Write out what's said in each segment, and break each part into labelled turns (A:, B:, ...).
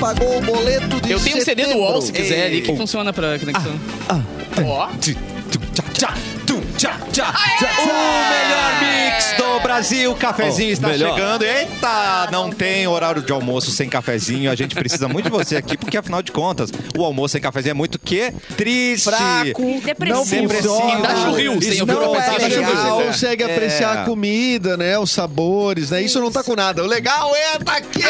A: pagou o boleto de
B: Eu tenho um CD do
A: setembro. É,
B: UOL, se quiser, ali, que
A: Ei.
B: funciona pra conexão. Ó.
C: O melhor mix do Brasil, cafezinho
D: Oh,
C: está
D: melhor.
C: chegando. Eita, não tem horário de almoço sem cafezinho. A gente precisa muito de você aqui, porque afinal de contas, o almoço sem cafezinho é muito que triste.
A: Fraco,
E: Depressivo.
A: não
C: Depressivo.
A: funciona.
B: Dá churril, sem
A: Isso
B: ouvir
A: não
B: cafezinho,
A: é
B: dá churril.
A: legal,
B: É.
A: consegue apreciar a comida, né? Os sabores, né? Isso não tá com nada. O legal é tá aqui!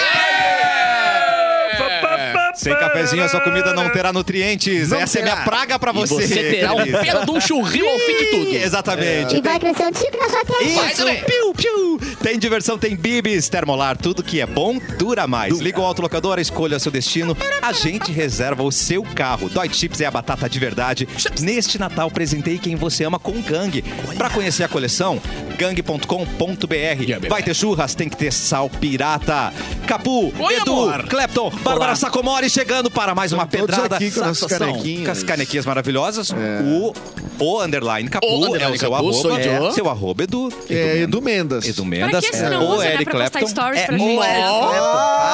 C: Sem cafezinho, a sua comida não terá nutrientes. Essa é
A: terá.
C: minha praga pra
B: E
C: você.
B: você terá um
C: querida.
B: belo de um churril ao fim de tudo.
C: Exatamente.
F: E vai crescer um tico na sua testa.
C: Isso,
B: também.
C: piu, piu. Tem diversão, tem bibis, termolar, tudo que é bom dura mais. Liga o autolocador, escolha seu destino, a gente reserva o seu carro. Dói Chips é a batata de verdade. Neste Natal, presentei quem você ama com Gang. Pra conhecer a coleção, gang.com.br. Vai ter churras, tem que ter sal pirata. Capu,
B: Oi,
C: Edu,
B: amor.
C: Clepton, Bárbara Sacomori chegando para mais uma
A: todos
C: pedrada.
A: aqui com as
C: Satisfação.
A: canequinhas. É.
C: Com as canequinhas maravilhosas. O, o underline Capu
B: O
C: é
B: underline
C: o seu
B: Capu, sou
C: arroba.
B: eu.
C: Seu arroba, Edu.
A: É, Edu Mendas.
C: Edu
E: Pra
C: Mendas,
E: que você não
C: ou
E: usa, né,
C: Eric
E: pra postar
C: Clapton.
E: stories
C: É
E: pra gente?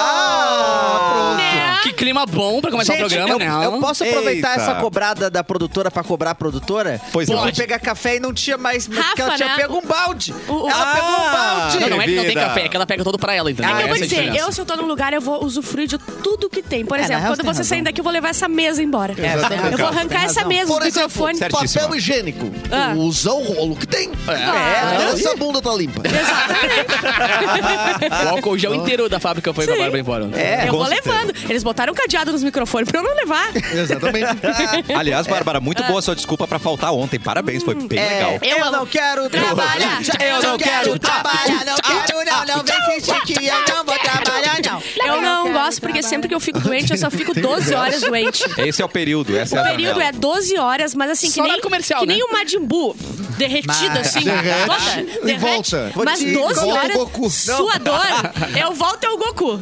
A: Ah, pronto.
E: Né?
B: Que clima bom pra começar
D: Gente,
B: o programa,
D: eu,
B: né?
D: eu posso aproveitar
C: Eita.
D: essa cobrada da produtora pra cobrar a produtora?
C: Pois
D: eu
C: não.
D: fui pegar café e não tinha mais. porque
E: Rafa,
D: ela tinha
E: né?
D: pego um balde.
E: O-
D: Ela
C: Ah.
D: pegou um balde.
B: Não, não é que não tem
C: Vida.
B: café, é que ela pega todo pra ela, entendeu?
E: É que eu vou
B: Essa é a
E: dizer,
B: diferença.
E: eu se eu tô num lugar, eu vou usufruir de tudo que tem. Por
D: É, na
E: exemplo,
D: real,
E: quando
D: você tem
E: você sair
D: razão.
E: daqui, eu vou levar essa mesa embora.
A: Exatamente.
E: Eu vou arrancar essa mesa
A: Por
E: do
A: exemplo,
E: microfone.
C: certo. Certíssima.
A: papel higiênico.
E: Ah.
A: Usa o rolo que tem.
B: É.
A: É,
E: Ah,
A: Essa bunda tá limpa.
B: É, O álcool gel inteiro da fábrica foi com a
E: Sim.
B: Bárbara embora.
D: É,
E: eu
C: com
E: vou
C: certeza.
E: levando. Eles botaram um cadeado nos microfones pra eu não levar.
A: Exatamente.
C: Aliás, Bárbara,
E: É.
C: muito boa sua desculpa pra faltar ontem. Parabéns, foi
E: Hum,
C: bem legal.
D: Eu, não quero
E: Trabalhar.
D: Eu não quero trabalhar. Não quero, não. Não vem fingir que eu não vou trabalhar, não.
E: Eu não gosto, porque sempre que eu fico doente, eu só fico 12 horas doente.
C: Esse é o período, essa é
E: O
C: a
E: período é
C: janela.
E: 12 horas, mas assim, que
B: Só
E: nem,
B: horário comercial,
E: que
B: né?
E: nem o Majin Buu, derretido
D: Mas-
E: assim,
A: Derrete
E: toda,
A: e
E: derrete,
A: volta. Vou
E: Mas
A: te-
E: 12
A: volta o
E: horas, É
A: Goku.
E: sua dor, eu volto ao Goku.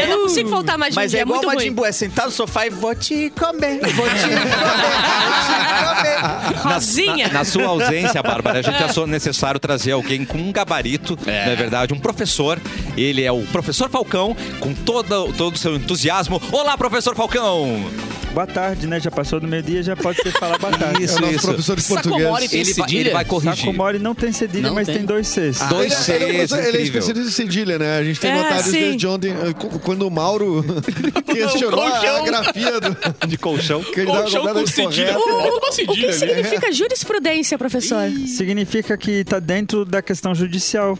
E: Eu não consigo voltar a Majin
D: Mas
E: Buu,
D: é
E: é,
D: igual
E: muito
D: o
E: ruim.
D: Majin Buu, é sentar no sofá e vou te comer, vou te comer, vou te comer.
E: Rosinha.
C: Na, na sua ausência, Bárbara, a gente
E: É.
C: achou necessário trazer alguém com um gabarito,
A: É.
C: na verdade, um professor. Ele é o professor Falcão, com toda- todo o seu entusiasmo. Olá, professor Falcão!
G: Boa tarde, né? Já passou do meio-dia, já pode ser falar boa tarde.
A: É o nosso
C: Isso.
A: professor Tá de
B: Sacomori
A: português.
B: tem
C: Ele vai, ele
B: cedilha?
C: vai corrigir.
G: Sacomori Tá não tem cedilha,
B: Não
G: mas
B: tem.
G: tem, dois Cs.
C: Dois
A: Ele- ele, é
C: Cs,
A: professor- ele é
C: incrível.
A: especialista em cedilha, né? A gente tem
E: É,
A: notado isso
E: sim.
A: desde ontem, eh, cu- quando o Mauro questionou a
B: colchão.
A: grafia do.
C: de colchão.
A: Que ele tava
B: Colchão com
A: completamente
B: cedilha.
A: correto.
B: Bota uma
E: O que
B: cedilha ali.
E: significa jurisprudência, professor?
G: Significa que tá dentro da questão judicial.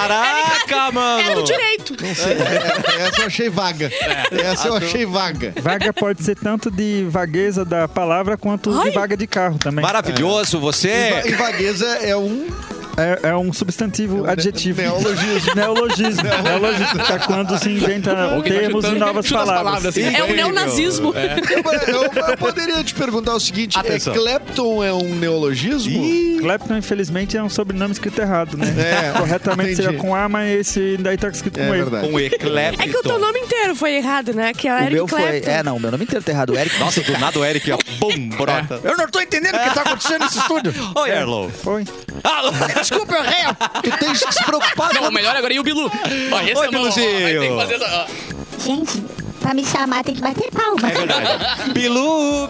C: Caraca, mano!
E: É do direito.
A: É, Essa eu achei vaga. Essa eu achei vaga.
G: Vaga pode ser tanto de vagueza da palavra quanto
E: Ai.
G: de vaga de carro também.
C: Maravilhoso
A: E
C: você!
A: vagueza é um
G: É, é um substantivo adjetivo.
A: neologismo.
G: Neologismo. Neologismo. É quando se inventa termos e novas
B: Chuta as
G: palavras.
B: assim.
E: É o neonazismo.
A: Eu, eu- eu poderia te perguntar o seguinte: é,
C: Atenção.
A: Clapton é um neologismo?
G: Clapton, infelizmente, é um sobrenome escrito errado, né?
A: É,
G: Corretamente seria
A: entendi.
G: com A, mas esse daí tá escrito
A: É
G: com E.
A: verdade.
C: Um ecléptico.
E: É que o teu nome inteiro foi errado, né? Que é o
D: O
E: Eric
D: meu foi.
E: Clapton.
D: É, não, meu nome inteiro tá errado. Eric.
C: Nossa, do nada o Eric, ó, bum, brota.
D: Eu não tô entendendo o que tá acontecendo nesse estúdio.
H: É.
C: Oi, Erlon.
G: Foi.
C: Ah,
D: Desculpa, eu rei.
A: Tu tens que se preocupar
B: Não, o melhor agora é o Bilu. Ó, esse
C: Oi,
B: é bom, ó, vai ter que
C: Biluzinho.
B: fazer essa- ó.
F: Gente, pra me chamar tem que bater
C: É
F: palma.
C: Bilu!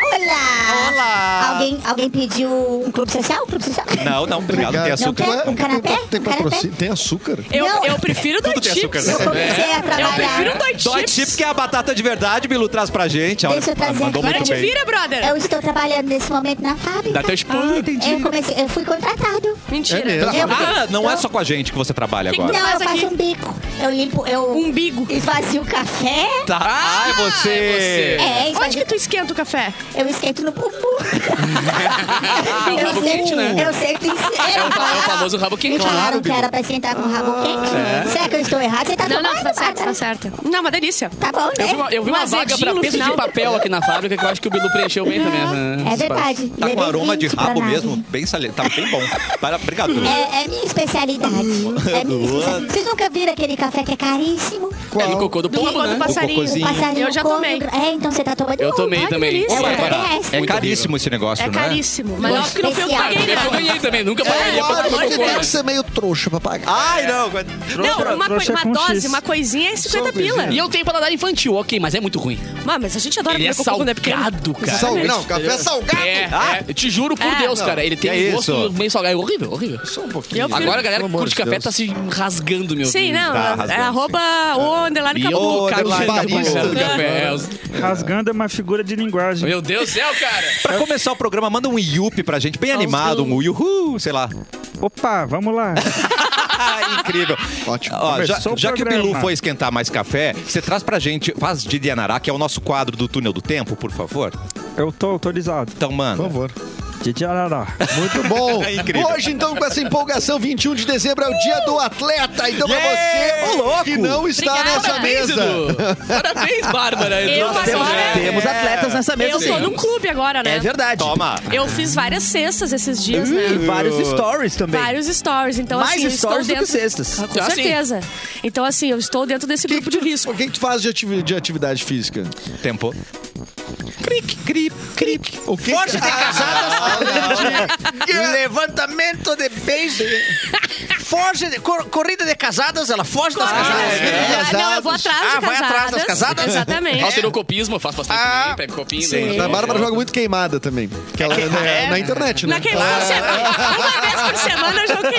F: Olá!
C: Olá!
F: Alguém, alguém pediu um clube social? Um clube social?
C: Não, não, obrigado, tem açúcar.
F: Não quer? Um canapé?
A: Tem
F: Um canapé?
A: patrocínio? Tem açúcar?
E: Eu,
F: Não.
E: eu prefiro Dói
C: tem açúcar,
E: Chips.
F: Eu
E: Eu
F: comecei a
E: prefiro
F: trabalhar.
E: Dói
C: Dói
E: Chips.
C: chips que é a batata de verdade, Bilu traz pra gente. Olha,
F: Deixa eu trazer
C: mandou
F: aqui.
E: Agora
C: muito
E: te
C: bem.
E: vira, brother.
F: Eu estou trabalhando nesse momento na fábrica.
B: Dá
F: Ah,
B: teu spoiler.
F: Eu comecei, eu fui contratado.
A: É
E: Mentira.
A: mesmo?
F: Eu-
C: Ah, não é só com a gente que você trabalha
E: Que
C: agora.
F: Não, eu
E: faz aqui? Um
F: faço um bico. Eu limpo, eu
E: Umbigo.
F: esvazio o café.
C: Tá. Ah, é
B: é
C: você!
F: É,
E: Onde
F: esvazio
E: que tu esquenta o café?
F: Eu esquento no pupu. eu,
B: rabo quente, né?
F: eu sento em cima.
B: É o, fa- é o famoso rabo quente. né? Ah, é?
F: Me falaram que era pra sentar com o rabo quente. Será que eu estou errado? Você tá tomando, Bárbara?
E: certa. Não, uma delícia.
F: Tá bom,
B: Eu vi
F: né?
B: uma, eu vi
E: Um
B: uma vaga
E: azedinho
B: pra
E: no
B: peso de
E: final.
B: papel aqui na fábrica que eu acho que o Bilu preencheu bem também. né?
F: É verdade.
C: Tá com
F: Levei
C: aroma de
F: 20 pra
C: rabo
F: nave.
C: mesmo, bem saliente. Tá bem bom. Para- Obrigado, Bilu.
F: É, é minha especialidade. É minha especialidade. Vocês nunca viram aquele café que é caríssimo?
B: É do cocô do
E: Do
B: pombo,
E: cocô do
B: né?
E: passarinho.
C: cocôzinho. Sim.
F: O passarinho
E: Eu já
F: come,
E: tomei.
F: É, então você tá tomando
B: Eu
F: um.
B: tomei
E: Ai, que
B: também.
E: delícia.
F: É,
B: Vai, vai.
F: Bárbara,
B: Muito
C: É caríssimo esse negócio,
E: É
C: né?
E: caríssimo. Mas óbvio que não foi eu que
F: especial.
E: paguei,
B: Eu
E: né?
B: ganhei também, nunca pagaria pra
A: Claro,
B: comer
A: mas
B: cocô.
A: tem que
B: né?
A: ser meio trouxa pra pagar.
C: Ai, não.
E: Não, uma
G: trouxe
E: uma
G: é com
E: dose,
G: X.
E: uma coisinha é 50
A: Só uma
E: pila.
B: E eu tenho paladar infantil, ok, mas é muito ruim.
E: Mas, mas a gente adora
B: Ele é
E: comer cocô quando é pequeno.
B: salgado, cara.
A: Sal- Não, café salgado.
B: É, é, eu te juro por
E: É.
B: Deus, cara. Ele tem
C: Que é
B: um gosto
C: isso?
B: meio salgado. É horrível, horrível.
A: Só um pouquinho.
E: Eu prefiro-
B: Agora a galera
A: Pelo
B: que
A: amor
B: curte
A: de
B: café
A: Deus.
B: tá se rasgando, meu.
E: Sim, não.
C: Tá
E: é- é
C: rasgando,
E: arroba o underline
B: E eu
E: acabou.
B: tô
A: Ô,
B: cagando
A: Deus
B: pra
A: barista
B: porra
A: do
B: do um café.
G: Rasgando é uma figura de
B: É,
G: linguagem.
B: Meu Deus do céu, cara.
C: Pra começar o programa, manda um iup pra gente, bem animado, um yuhu, sei lá.
G: Opa, vamos lá.
C: Ah, incrível.
A: Ótimo.
C: Ó, já,
G: Começou o
C: já que o
G: programa.
C: Bilu foi esquentar mais café, você traz pra gente, faz de Dianará, que é o nosso quadro do Túnel do Tempo, por favor.
G: Eu tô autorizado.
C: Então,
A: Por
C: mano.
A: favor.
G: Didi Arará.
A: Muito bom.
C: É incrível.
A: Hoje, então, com essa empolgação, 21 de dezembro é o dia do atleta. Então,
C: Yeah!
A: pra você
C: Ô, louco!
A: que não está
E: Obrigada.
A: nessa
B: Parabéns,
A: mesa.
B: Edu. Parabéns, Bárbara. Edu.
E: Eu
B: Nossa,
E: adoro.
B: é.
D: Temos atletas nessa mesa,
E: Eu
D: sim.
E: tô num clube agora, né?
D: É verdade.
C: Toma.
E: Eu fiz várias cestas esses dias, né?
H: Hum,
D: E vários stories também.
E: Vários stories. Então,
D: Mais
E: assim, eu
D: stories do
E: estou
D: que
E: dentro...
D: cestas.
E: Com
B: Ah, sim.
E: certeza. Então, assim, eu estou dentro desse grupo de risco.
A: O que, que tu faz de, ativi- de atividade física?
C: Tempo.
A: O que Forte de
D: Levantamento de peso. Foge de, cor- corrida de casadas, ela foge das casadas.
E: Ah, Não, eu vou atrás
D: Ah,
E: de
D: vai
E: casadas.
D: atrás das casadas?
E: Exatamente.
B: Alterocopismo, eu faço bastante
D: Ah,
B: também, pego copinho. né?
A: A Bárbara joga muito queimada também. Que ela, né,
D: é.
A: Na internet, né?
E: Na queimada sempre. Uma vez por semana eu jogo é.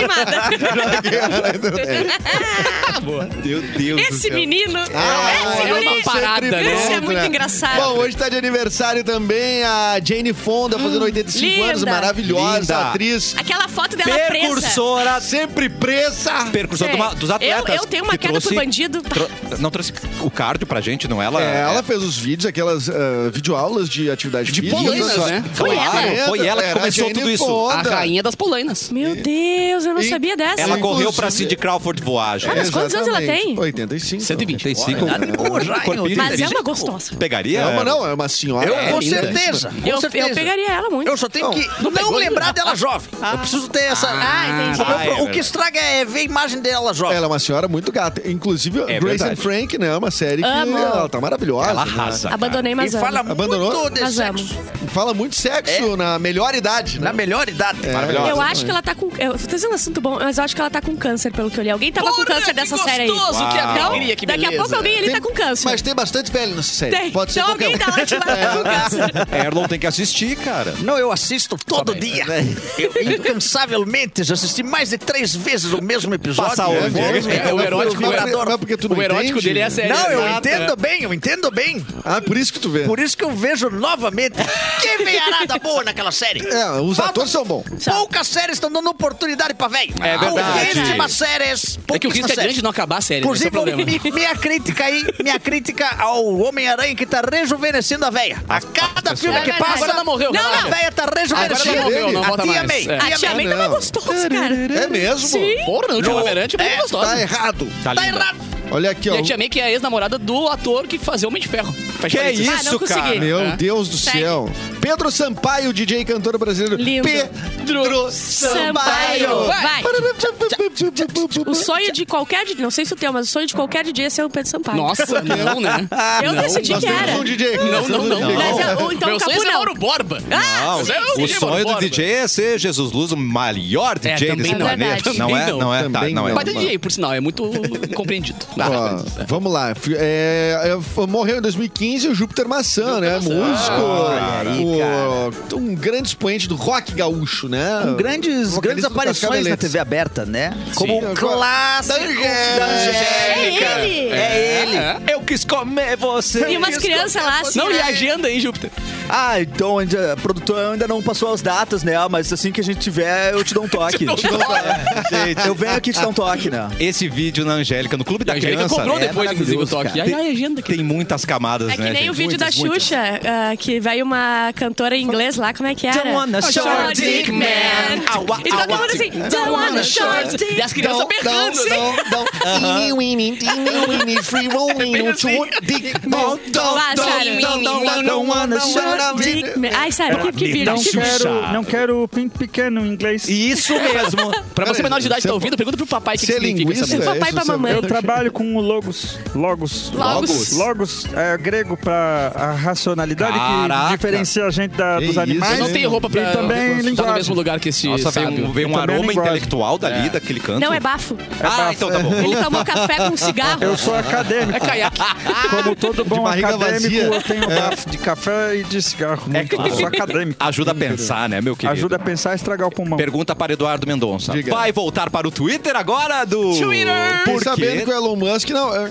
E: queimada.
C: Meu Deus do
E: Esse
C: céu.
E: menino.
A: Ah,
E: esse
B: é
E: guri.
B: uma parada,
A: sempre
B: né?
E: Esse é
A: pronto,
E: muito
A: né?
E: engraçado.
A: Bom, hoje tá de aniversário também a Jane Fonda, fazendo 85 anos,
E: Hum, linda.
A: maravilhosa,
C: Linda.
A: atriz.
E: Aquela foto dela é presa.
C: Percursora.
A: Sempre presa.
C: Percursora
E: Sei.
C: de uma- dos atletas.
E: Eu- eu tenho uma
C: que
E: queda pro
C: trouxe-
E: bandido.
C: tro- não trouxe o cardio pra gente, não ela?
A: É, ela fez os vídeos, aquelas ah, videoaulas de atividade
B: De
A: física.
B: polainas,
A: Isso.
B: né?
A: Claro,
E: Foi ela.
A: era
C: Foi ela que
A: a
C: começou
A: Jane
C: tudo isso.
B: A
A: Fonda.
B: rainha das polainas.
E: Meu Deus, eu não
A: E-
E: sabia dessa.
C: Ela
A: Sim,
C: correu pra
A: inclusive. É,
C: Cindy Crawford voar,
E: Ah,
C: gente.
E: mas quantos anos ela tem?
A: 85.
B: 125.
C: Corpinho
E: Mas é
C: inteligente.
E: uma gostosa.
C: Pegaria?
A: É uma não, é uma senhora.
D: Eu,
A: É,
D: com
A: linda.
D: certeza. Com
E: Eu,
D: certeza.
E: eu pegaria ela muito.
D: Eu só tenho
A: Não,
D: que não, lembrar dela jovem. eu preciso ter essa.
E: Ah, entendi.
D: O meu
C: Ah, é
D: pro- o
C: verdade.
D: que estraga é ver a imagem dela jovem.
A: Ela é uma senhora muito gata. Inclusive,
C: É
A: Grace and
C: verdade.
A: Frank, né? É uma série que
E: Amo.
A: ela tá maravilhosa.
C: Ela
A: né?
C: arrasa.
E: Abandonei,
D: e
E: mas amo.
D: fala
A: Abandonou?
D: muito de
E: Mas
D: sexo.
E: amo.
A: Fala muito sexo na melhor idade, né?
D: Na melhor idade.
C: Maravilhosa.
E: Eu acho que ela tá com. Eu tô trazendo um assunto bom, mas eu acho que ela tá com câncer, pelo que eu li. Alguém tava com câncer dessa série aí.
B: que
C: Ah,
E: Então,
B: alegria, que
E: daqui a
B: beleza.
E: pouco alguém ali tá
A: Tem-
E: com câncer.
A: Mas tem bastante velho nessa série.
E: Tem.
A: Pode ser
E: então
A: qualquer
E: alguém
A: um.
E: da Latina tá com câncer.
C: Erlon tem que assistir, cara.
D: Não, eu assisto todo dia. Eu, incansavelmente, já assisti mais de três vezes o mesmo episódio.
C: Passa onde?
B: É, o erótico, é.
A: Não,
B: o
A: é-
B: erótico-
A: não é porque tu não
B: o erótico
A: entende?
B: dele é a série.
D: Não, eu
B: exata.
D: entendo bem, eu entendo bem.
A: Ah, por isso que tu vê.
D: Por isso que eu vejo novamente. Que veiarada boa naquela série.
A: É, os
D: Falta-
A: atores são bons.
D: Poucas séries estão dando oportunidade pra velho.
C: É verdade.
D: Pouquíssimas séries.
B: É que o
D: pouquíssimas
B: risco é
D: séries.
B: grande de não acabar a série. né? Esse é o
D: Inclusive,
B: problema.
D: mi- minha crítica aí, minha crítica ao Homem-Aranha que tá rejuvenescendo a véia. A cada filme que
E: Agora
D: passa.
B: ela morreu,
D: Não,
B: caralho.
D: não, a véia tá
B: Agora
D: rejuvenescendo.
B: ela morreu, não
D: a
B: volta
D: tia
B: mais.
D: May.
B: É.
E: A tia May
A: não.
E: tava gostosa, cara.
A: É mesmo?
E: Sim.
B: Porra, não, tinha uma merante, é muito gostosa.
A: Tá errado.
D: Tá
C: linda.
D: errado.
A: Olha aqui,
B: E
A: ó. um
B: a Tia May que é a ex-namorada do ator que fazia Homem de Ferro. Faz
C: Que
B: parênteses.
C: É isso?
E: Ah, não consegui.
C: cara.
A: Meu
B: É.
A: Deus do
E: Segue.
A: céu. Pedro Sampaio, DJ e cantor brasileiro.
E: Lindo.
A: Pedro Sampaio.
E: Sampaio. Vai. O
A: Vai.
E: sonho de qualquer dia, não sei se o teu, mas o sonho de qualquer dia é ser o Pedro Sampaio.
B: Nossa, não, né?
E: Eu
B: não,
E: decidi
A: Nós
E: que era.
A: temos um DJ aqui.
B: Não, não, não.
E: Mas, ah, ou então
B: Meu
E: o Capu
B: sonho é ser
E: não. Ah!
B: Mauro Borba.
C: Não,
B: Mas é
C: o
B: DJ
C: sonho do
B: Borba.
C: DJ é ser Jesus Luz, o maior DJ
B: também
C: desse
B: não.
C: planeta. É,
E: Verdade.
C: Não é,
B: Também
C: não é,
A: não.
C: tá,
A: Também
C: não é.
B: Mas tem DJ, por sinal, é muito compreendido.
A: Ó, vamos lá. F- é, é, f- morreu em 2015 o Júpiter Maçã, né? Músico. O- um grande expoente do rock gaúcho, né?
D: Com grandes,
A: Vocalista
D: grandes
A: do
D: aparições na
A: Cascaveletes.
D: TV aberta, né? Como
B: Sim.
D: o clássico
A: Da Angélica.
D: da Angélica.
E: É ele.
D: É ele.
B: É.
C: Eu quis comer você.
E: E umas
C: eu quis
E: crianças lá, assim.
B: Não,
E: né?
B: e a agenda, hein, Júpiter?
H: Ah, então ainda, produtor ainda não passou as datas, né? Mas assim que a gente tiver, eu te dou um toque.
B: Não,
C: né?
B: não.
H: eu venho aqui te dar um toque, né?
C: Esse vídeo na Angélica, no Clube
B: E a
C: da
B: Angélica
C: Criança,
B: cobrou
C: né?
B: depois, inclusive, o
H: maravilhoso,
B: toque.
H: cara.
B: Ai, ai, agenda.
C: tem muitas camadas,
E: É que
C: né,
E: nem
C: gente?
E: o vídeo da
C: Muitas, muitas.
E: Xuxa, ah, que vai uma cantora em inglês lá, como é que era?
H: Don't wanna
E: Oh,
H: short
E: dick man.
C: Awa,
E: E todo
C: awa,
E: mundo assim, don't wanna short dick
A: né?
B: E as crianças berrando, assim.
A: Não, não. Teeny, weeny, teeny, weeny, free rolling, what you want, dick. Don't, don't,
E: Vai, sério.
A: don't, don't, don't, I don't wanna shut up.
E: Dick Man. Ai, sério, que, que
G: Não
E: virgem.
G: quero, não quero pinto pequeno em inglês.
C: Isso mesmo.
B: Pra você menor de idade que
A: Você- é
B: tá ouvindo, pergunta pro papai o que, que
A: Você é
B: significa essa
A: linguista?
B: música.
E: Papai
A: é
E: pra
A: isso,
E: mamãe.
A: sabe?
G: Eu trabalho com o logos. Logos.
E: Logos.
G: Logos é grego para a racionalidade
C: Caraca.
G: que diferencia a gente da-
A: Que
G: dos
A: isso,
G: animais.
B: Eu não tenho roupa pra
G: E também
B: tá no
G: linguagem.
B: mesmo lugar que esse
C: Nossa, veio
B: sábio.
C: um, veio um
G: Também
C: aroma
G: linguagem.
C: intelectual dali, daquele canto.
E: Não, é bafo.
C: Ah, então tá bom.
E: Ele tomou café com cigarro.
G: Eu sou acadêmico.
B: É caiaque.
G: Como todo bom
A: barriga
G: acadêmico,
A: vazia.
G: eu tenho bafo de café e de cigarro.
B: É
G: Muito bom. Eu sou acadêmico.
C: Ajuda a pensar, né, meu querido?
G: Ajuda a pensar e estragar o pulmão.
C: Pergunta para Eduardo Mendonça.
A: Diga.
C: Vai voltar para o Twitter agora, do Twitter!
A: Fiquei
C: Por
A: sabendo
C: quê?
A: que o Elon Musk não. é,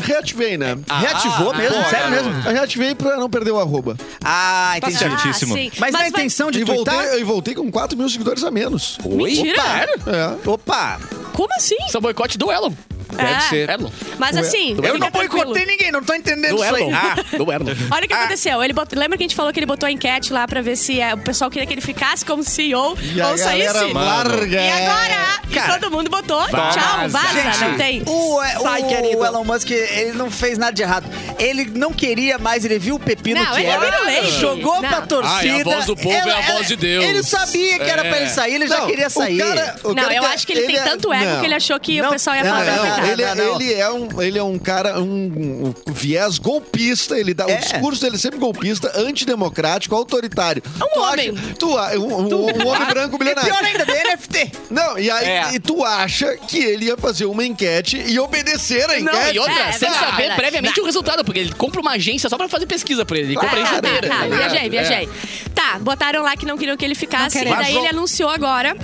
A: Reativei, né?
C: Ah,
H: Reativou mesmo?
C: bom,
H: Sério
C: cara.
H: mesmo?
A: Eu Reativei pra não perder o arroba.
H: Ah, entendi.
C: certo. certíssimo.
E: sim.
A: é
H: Mas, na
E: vai-
H: intenção de
A: E
H: voltar.
A: voltei, e voltei com 4 mil seguidores a menos.
E: Mentira.
A: É.
H: Opa!
E: Como assim?
B: Isso é boicote do Elon.
E: É.
B: Elon.
E: Mas assim,
H: Eu
E: fica
H: não
E: tranquilo.
H: boicotei ninguém, não tô
C: é
H: entendendo
B: Do
H: isso aí.
B: Elon.
H: Ah,
B: Do Elon.
E: Olha o que aconteceu. Ele botou- lembra que a gente falou que ele botou a enquete lá pra ver se é, o pessoal queria que ele ficasse como CEO
A: E a
E: ou saísse?
A: galera larga.
E: E agora?
H: Cara,
E: e todo mundo botou. Tchau, vaza, não tem.
H: O, é,
C: Sai,
H: o-
C: querido.
H: o Elon Musk, ele não fez nada de errado. Ele não queria mais, ele viu o pepino
E: Não,
H: que
E: ele é
H: era.
E: meio leigo.
H: Jogou
E: Não.
H: pra torcida.
B: Ai, a voz do povo é a voz de Deus.
H: Ele sabia que era
B: É.
H: pra ele sair, ele já
A: Não,
H: queria
A: o
H: sair.
A: cara- o
E: Não,
A: cara
E: eu
A: tá-
E: acho que ele, tem
A: é-
E: tanto ego
A: não.
E: que ele achou que
H: Não,
E: o pessoal ia
A: Não,
E: falar.
A: É, não,
E: "Ah,
H: não,
A: ele,
H: não.
A: ele é um, ele é um cara, um, um viés golpista. Ele dá,
H: É.
A: O discurso dele é sempre golpista, antidemocrático, autoritário.
E: É um
A: Tu
E: homem. É
A: acha- tu, a- um, um- um homem branco
H: E
A: bilionário.
H: É pior ainda, do NFT.
A: Não, e aí
C: É.
A: e tu acha que ele ia fazer uma enquete e obedecer a
B: Não,
A: enquete?
B: e outra,
E: É,
B: sem
E: verdade,
B: saber
E: verdade.
B: previamente o resultado, porque ele compra uma agência só pra fazer pesquisa pra ele. Ele
E: Tá,
B: compra a
E: tá,
B: enxadeira.
E: tá,
B: tá ligado?
E: viajei, viajei. Tá, botaram lá que não queriam que ele ficasse, e daí ele anunciou agora.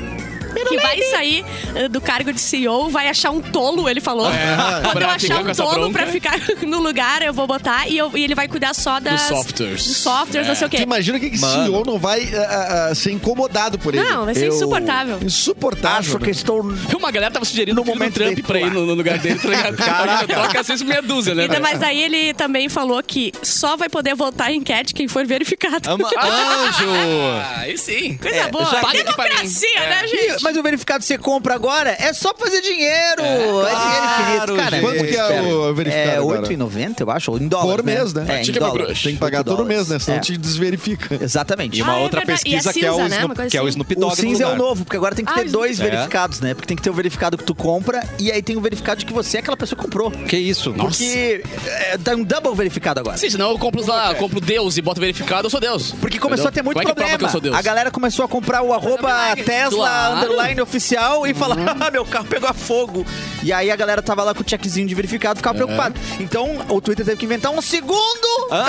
E: Que vai sair eh, do cargo de CEO, vai achar um tolo, ele falou. Quando eu
B: É, pra ficar
E: achar
B: com
E: um
B: essa
E: tolo
B: bronca. é.
E: pra ficar no lugar, eu vou botar e, eu- e ele vai cuidar só das.
B: softwares. É.
E: Dos softwares, não sei o
A: Tu
E: quê.
A: imagina que esse
C: Mano.
A: CEO não vai ah, ah, ser incomodado por ele.
E: Não, vai ser insuportável.
A: Insuportável. né?
H: Acho que estou...
B: E Uma galera tava sugerindo
H: No
B: o filho do
H: momento
B: Trump
H: de
B: pra ir no, no lugar dele, tá ligado? Caraca. Troca seis meia dúzia, né?
E: Ainda mais aí ele também falou que só vai poder votar a enquete quem for verificado.
C: É
E: Tá
C: Anjo!
B: Ah, aí sim.
E: Coisa
C: é,
H: É,
E: boa.
B: já paga aqui pra mim.
E: Democracia, né,
H: Ih,
E: gente?
H: Mas o verificado que você compra agora é só pra fazer dinheiro. É, dinheiro infinito,
C: claro,
H: cara.
C: gente.
A: Quanto que é o verificado
H: É
A: agora?
H: 8,90, eu acho, ou em dólar.
A: Por mês, né?
H: É, em
B: Tica pra
H: dólar.
B: bruxa.
A: Tem que pagar
H: 8
A: todo mês, né?
H: dólares.
A: Senão
H: É.
A: te desverifica.
H: Exatamente.
C: E uma
E: Ah, é
C: outra
E: verdade. E é
C: pesquisa que, é o
E: cinza, né?
C: Snoop,
E: Uma coisa
C: que é o
E: assim.
C: Snoop Dogg
H: O
C: no
H: cinza é o
C: lugar.
H: novo, porque agora tem que ter
E: Ai,
H: dois
E: gente.
H: verificados, né? Porque tem que ter o verificado que tu compra e aí tem o verificado de que você é aquela pessoa que comprou.
C: Que isso?
H: Porque é, dá um double verificado agora.
B: Sim, senão eu compro lá, eu compro Deus e boto verificado, eu sou Deus.
H: Porque começou a ter muito
B: Como é que prova
H: problema.
B: que eu sou Deus?
H: A galera começou a comprar o arroba
E: é milagre. Uhum.
H: Tesla
B: Claro.
H: underline oficial e falar, ah, meu carro pegou a fogo. E aí a galera tava lá com o checkzinho de verificado ficava preocupada. Então o Twitter teve que inventar um segundo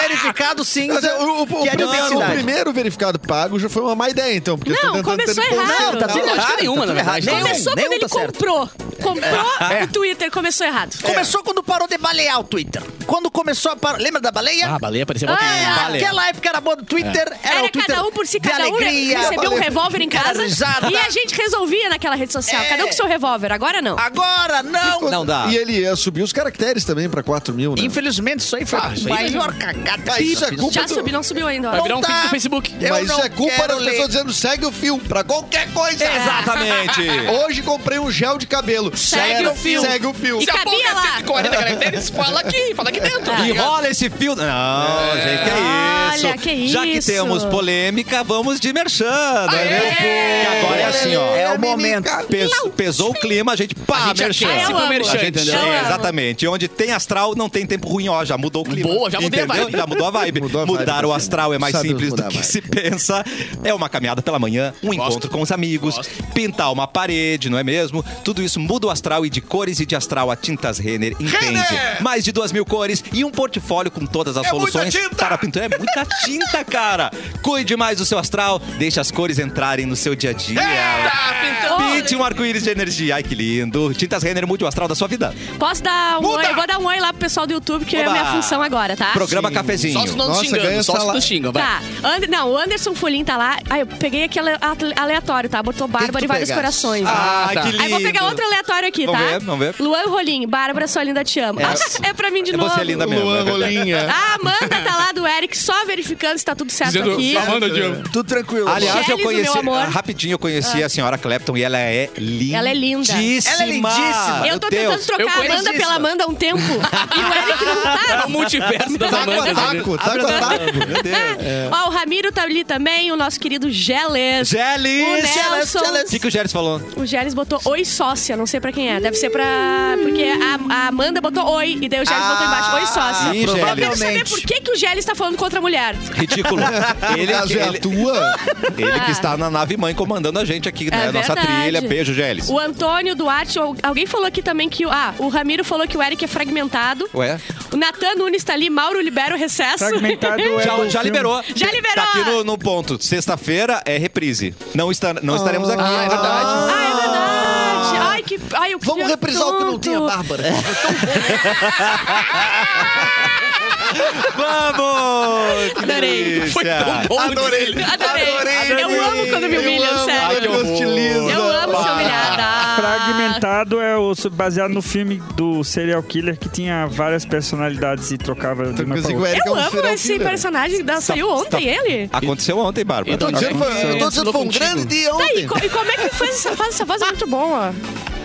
H: verificado
A: Mas
H: cinza
A: é, o, o- o
H: que é de
A: primeiro, o
H: autenticidade.
A: primeiro verificado pago já foi uma má ideia, então. Porque
E: Não,
A: estão tentando
E: começou
A: tentar
E: errado.
A: consertar.
E: Não, tá tudo
B: lógico
H: errado,
B: nenhuma,
H: tá
B: na
H: tudo errado.
B: verdade.
H: Nenhum,
E: Começou
H: nenhum
E: quando ele
H: tá certo.
E: comprou. Comprou
C: É.
E: o Twitter, começou errado.
H: Começou quando parou de balear o Twitter. Quando começou a par... Lembra da baleia?
B: Ah, a baleia parecia uma
H: Ah, É.
B: baleia.
H: aquela época era boa do Twitter. Era,
E: Era
H: o Twitter
E: cada um por si,
H: de
E: cada um
H: alegria,
E: recebia um
H: baleia.
E: revólver em
H: Cada
E: casa
H: risada.
E: e a gente resolvia naquela rede social.
H: É.
E: Cada um com seu revólver, agora
C: Ah,
E: não.
H: Agora não.
A: Quando-
C: Não dá.
A: E ele ia subir os caracteres também pra 4 mil, né?
H: Infelizmente, isso aí foi
B: Ah, isso
H: a
B: aí-
H: maior cagada.
A: Ah, isso é culpa
E: Já
A: do-
E: subiu, não subiu ainda.
B: Vai
E: ó.
B: virar um
H: tá.
B: feed do Facebook.
H: Eu
A: Mas isso
H: não
A: é culpa
H: quero
A: das
H: ler.
A: pessoas dizendo segue o fio pra qualquer coisa.
C: Exatamente!
A: Hoje comprei um gel de cabelo.
E: Segue
A: Galera,
E: o fio.
A: Segue o fio.
E: E cabia lá.
B: 40 caracteres, fala aqui, fala aqui dentro.
C: E
B: Ah, E rola.
C: rola esse fio. Não, gente,
E: Olha,
C: que isso.
E: que
C: Já que
E: isso.
C: temos polêmica, vamos de merchan, né, meu povo? Que agora é assim, ó.
H: É o momento.
C: Pes- pesou o clima, a gente pá,
B: gente
C: merchan.
B: aquece
E: com merchan,
C: a gente,
B: entendeu?
C: sim,
E: Eu amo.
C: exatamente. E onde tem astral, não tem tempo ruim, ó, já mudou o clima.
B: Boa, já mudei a
C: entendeu?
B: vibe.
C: Já mudou a vibe.
A: Mudou a vibe,
C: Mudar o
A: você
C: astral é mais
A: sabe
C: simples do
A: mudar a
C: que
A: vibe.
C: se pensa. É uma caminhada pela manhã, um encontro com os amigos, pintar uma parede, não é mesmo? Tudo isso muda o astral e de cores e de astral a Tintas Renner entende. Mais de duas mil cores e um portfólio com todas
A: É
C: as soluções para a pintura. É muita tinta, cara! Cuide mais do seu astral, deixe as cores entrarem no seu dia a dia. Pinte um arco-íris de energia. Ai, que lindo. Tintas Renner mude o astral da sua vida.
E: Posso dar um oi? Eu vou dar um oi lá pro pessoal do YouTube, que é a
C: Oba.
E: minha função agora, tá?
C: Programa Cafezinho.
B: Só os não
A: Nossa, ganha
B: xingando, só os
A: sala-
B: não xingam, vai.
E: Tá. Ander- não, o Anderson Folim tá lá. Ai, eu peguei aqui ale- atle- aleatório, tá? Botou Bárbara e vários
A: pegaste?
E: corações.
C: Ah,
B: tá.
C: que
B: Aí
C: lindo.
E: Aí vou pegar outro aleatório aqui,
C: Vamos
E: tá?
C: ver, vamos ver.
E: Luan Rolim, Bárbara, sua linda, te amo. É, pra mim de novo.
C: Você é linda mesmo. é
A: Luan
C: verdade.
A: Rolinha.
E: A Amanda tá lá do Eric só verificando se tá tudo certo
B: Dizendo,
E: aqui.
B: Amanda, Diego.
H: Tudo tranquilo.
C: Aliás, eu
E: Cheles,
C: conheci.
E: meu amor. Ah.
C: Rapidinho, eu conheci a senhora Clapton e ela é lindíssima.
E: Ela é linda.
H: Ela é lindíssima.
E: Eu tô
C: Ah, Meu Deus.
E: tentando trocar a
B: Eu
E: Amanda
H: conheço
E: pela
H: isso.
E: Amanda há um tempo. e o Eric não
B: É
E: tá.
B: o multiverso das
A: Taco a
B: Amandas.
A: taco, taco a taco.
C: Meu Deus.
E: Ó, o Ramiro tá ali também, o nosso querido Geles. O
C: Geles!
E: Nelson.
C: O que, que o Geles falou?
E: O Geles botou oi sócia, não sei pra quem é. Deve ser pra. Porque a, a Amanda botou oi, e daí o Geles botou embaixo oi sócia.
C: Ih,
E: Eu quero saber
C: Ah, Geles.
E: por que, que o Geles tá falando contra a mulher.
C: Ridículo. Ele,
A: Aliás,
C: que-
A: é a
C: ele,
A: tua?
C: ele que está na nave mãe comandando a gente aqui, né?
E: Ah. É
C: Nossa
E: verdade.
C: trilha. Beijo, Geles.
E: O Antônio Duarte, ou- alguém falou aqui também que. o- Ah, o Ramiro falou que o Eric é fragmentado.
C: Ué?
E: O Natan Nunes tá ali, Mauro libera o recesso.
G: Fragmentado é
C: Já,
G: do
C: já
G: filme.
C: liberou.
E: Já liberou.
C: Tá aqui no, no ponto. Sexta-feira é reprise. Não, está, não estaremos aqui.
A: Ah, é verdade.
E: Ah, é verdade. Ai, que. Ai, eu
A: Ah. Vamos reprisar o que não tem a Bárbara.
C: Ah, Vamos! Que
E: Adorei.
C: delícia.
B: Foi tão bom.
A: Adorei.
E: Adorei.
A: Adorei.
E: Eu amo quando me humilham,
A: Eu amo
E: sério.
A: quando me hostiliza.
E: Eu amo ser
B: Ah.
E: humilhada.
G: Fragmentado é o baseado no filme do serial killer que tinha várias personalidades e trocava de uma pra
A: Pensei que o
G: outra.
A: Eric é
E: Eu
A: um
E: amo
A: serial
E: esse
A: killer.
E: personagem. Da, saiu ontem ele.
C: Aconteceu ontem, Bárbara.
A: Eu tô dizendo, foi, eu tô dizendo que foi um
B: Contigo.
A: grande dia
E: Tá, e,
A: ontem.
E: co- e como é que faz essa voz? Essa voz é muito boa.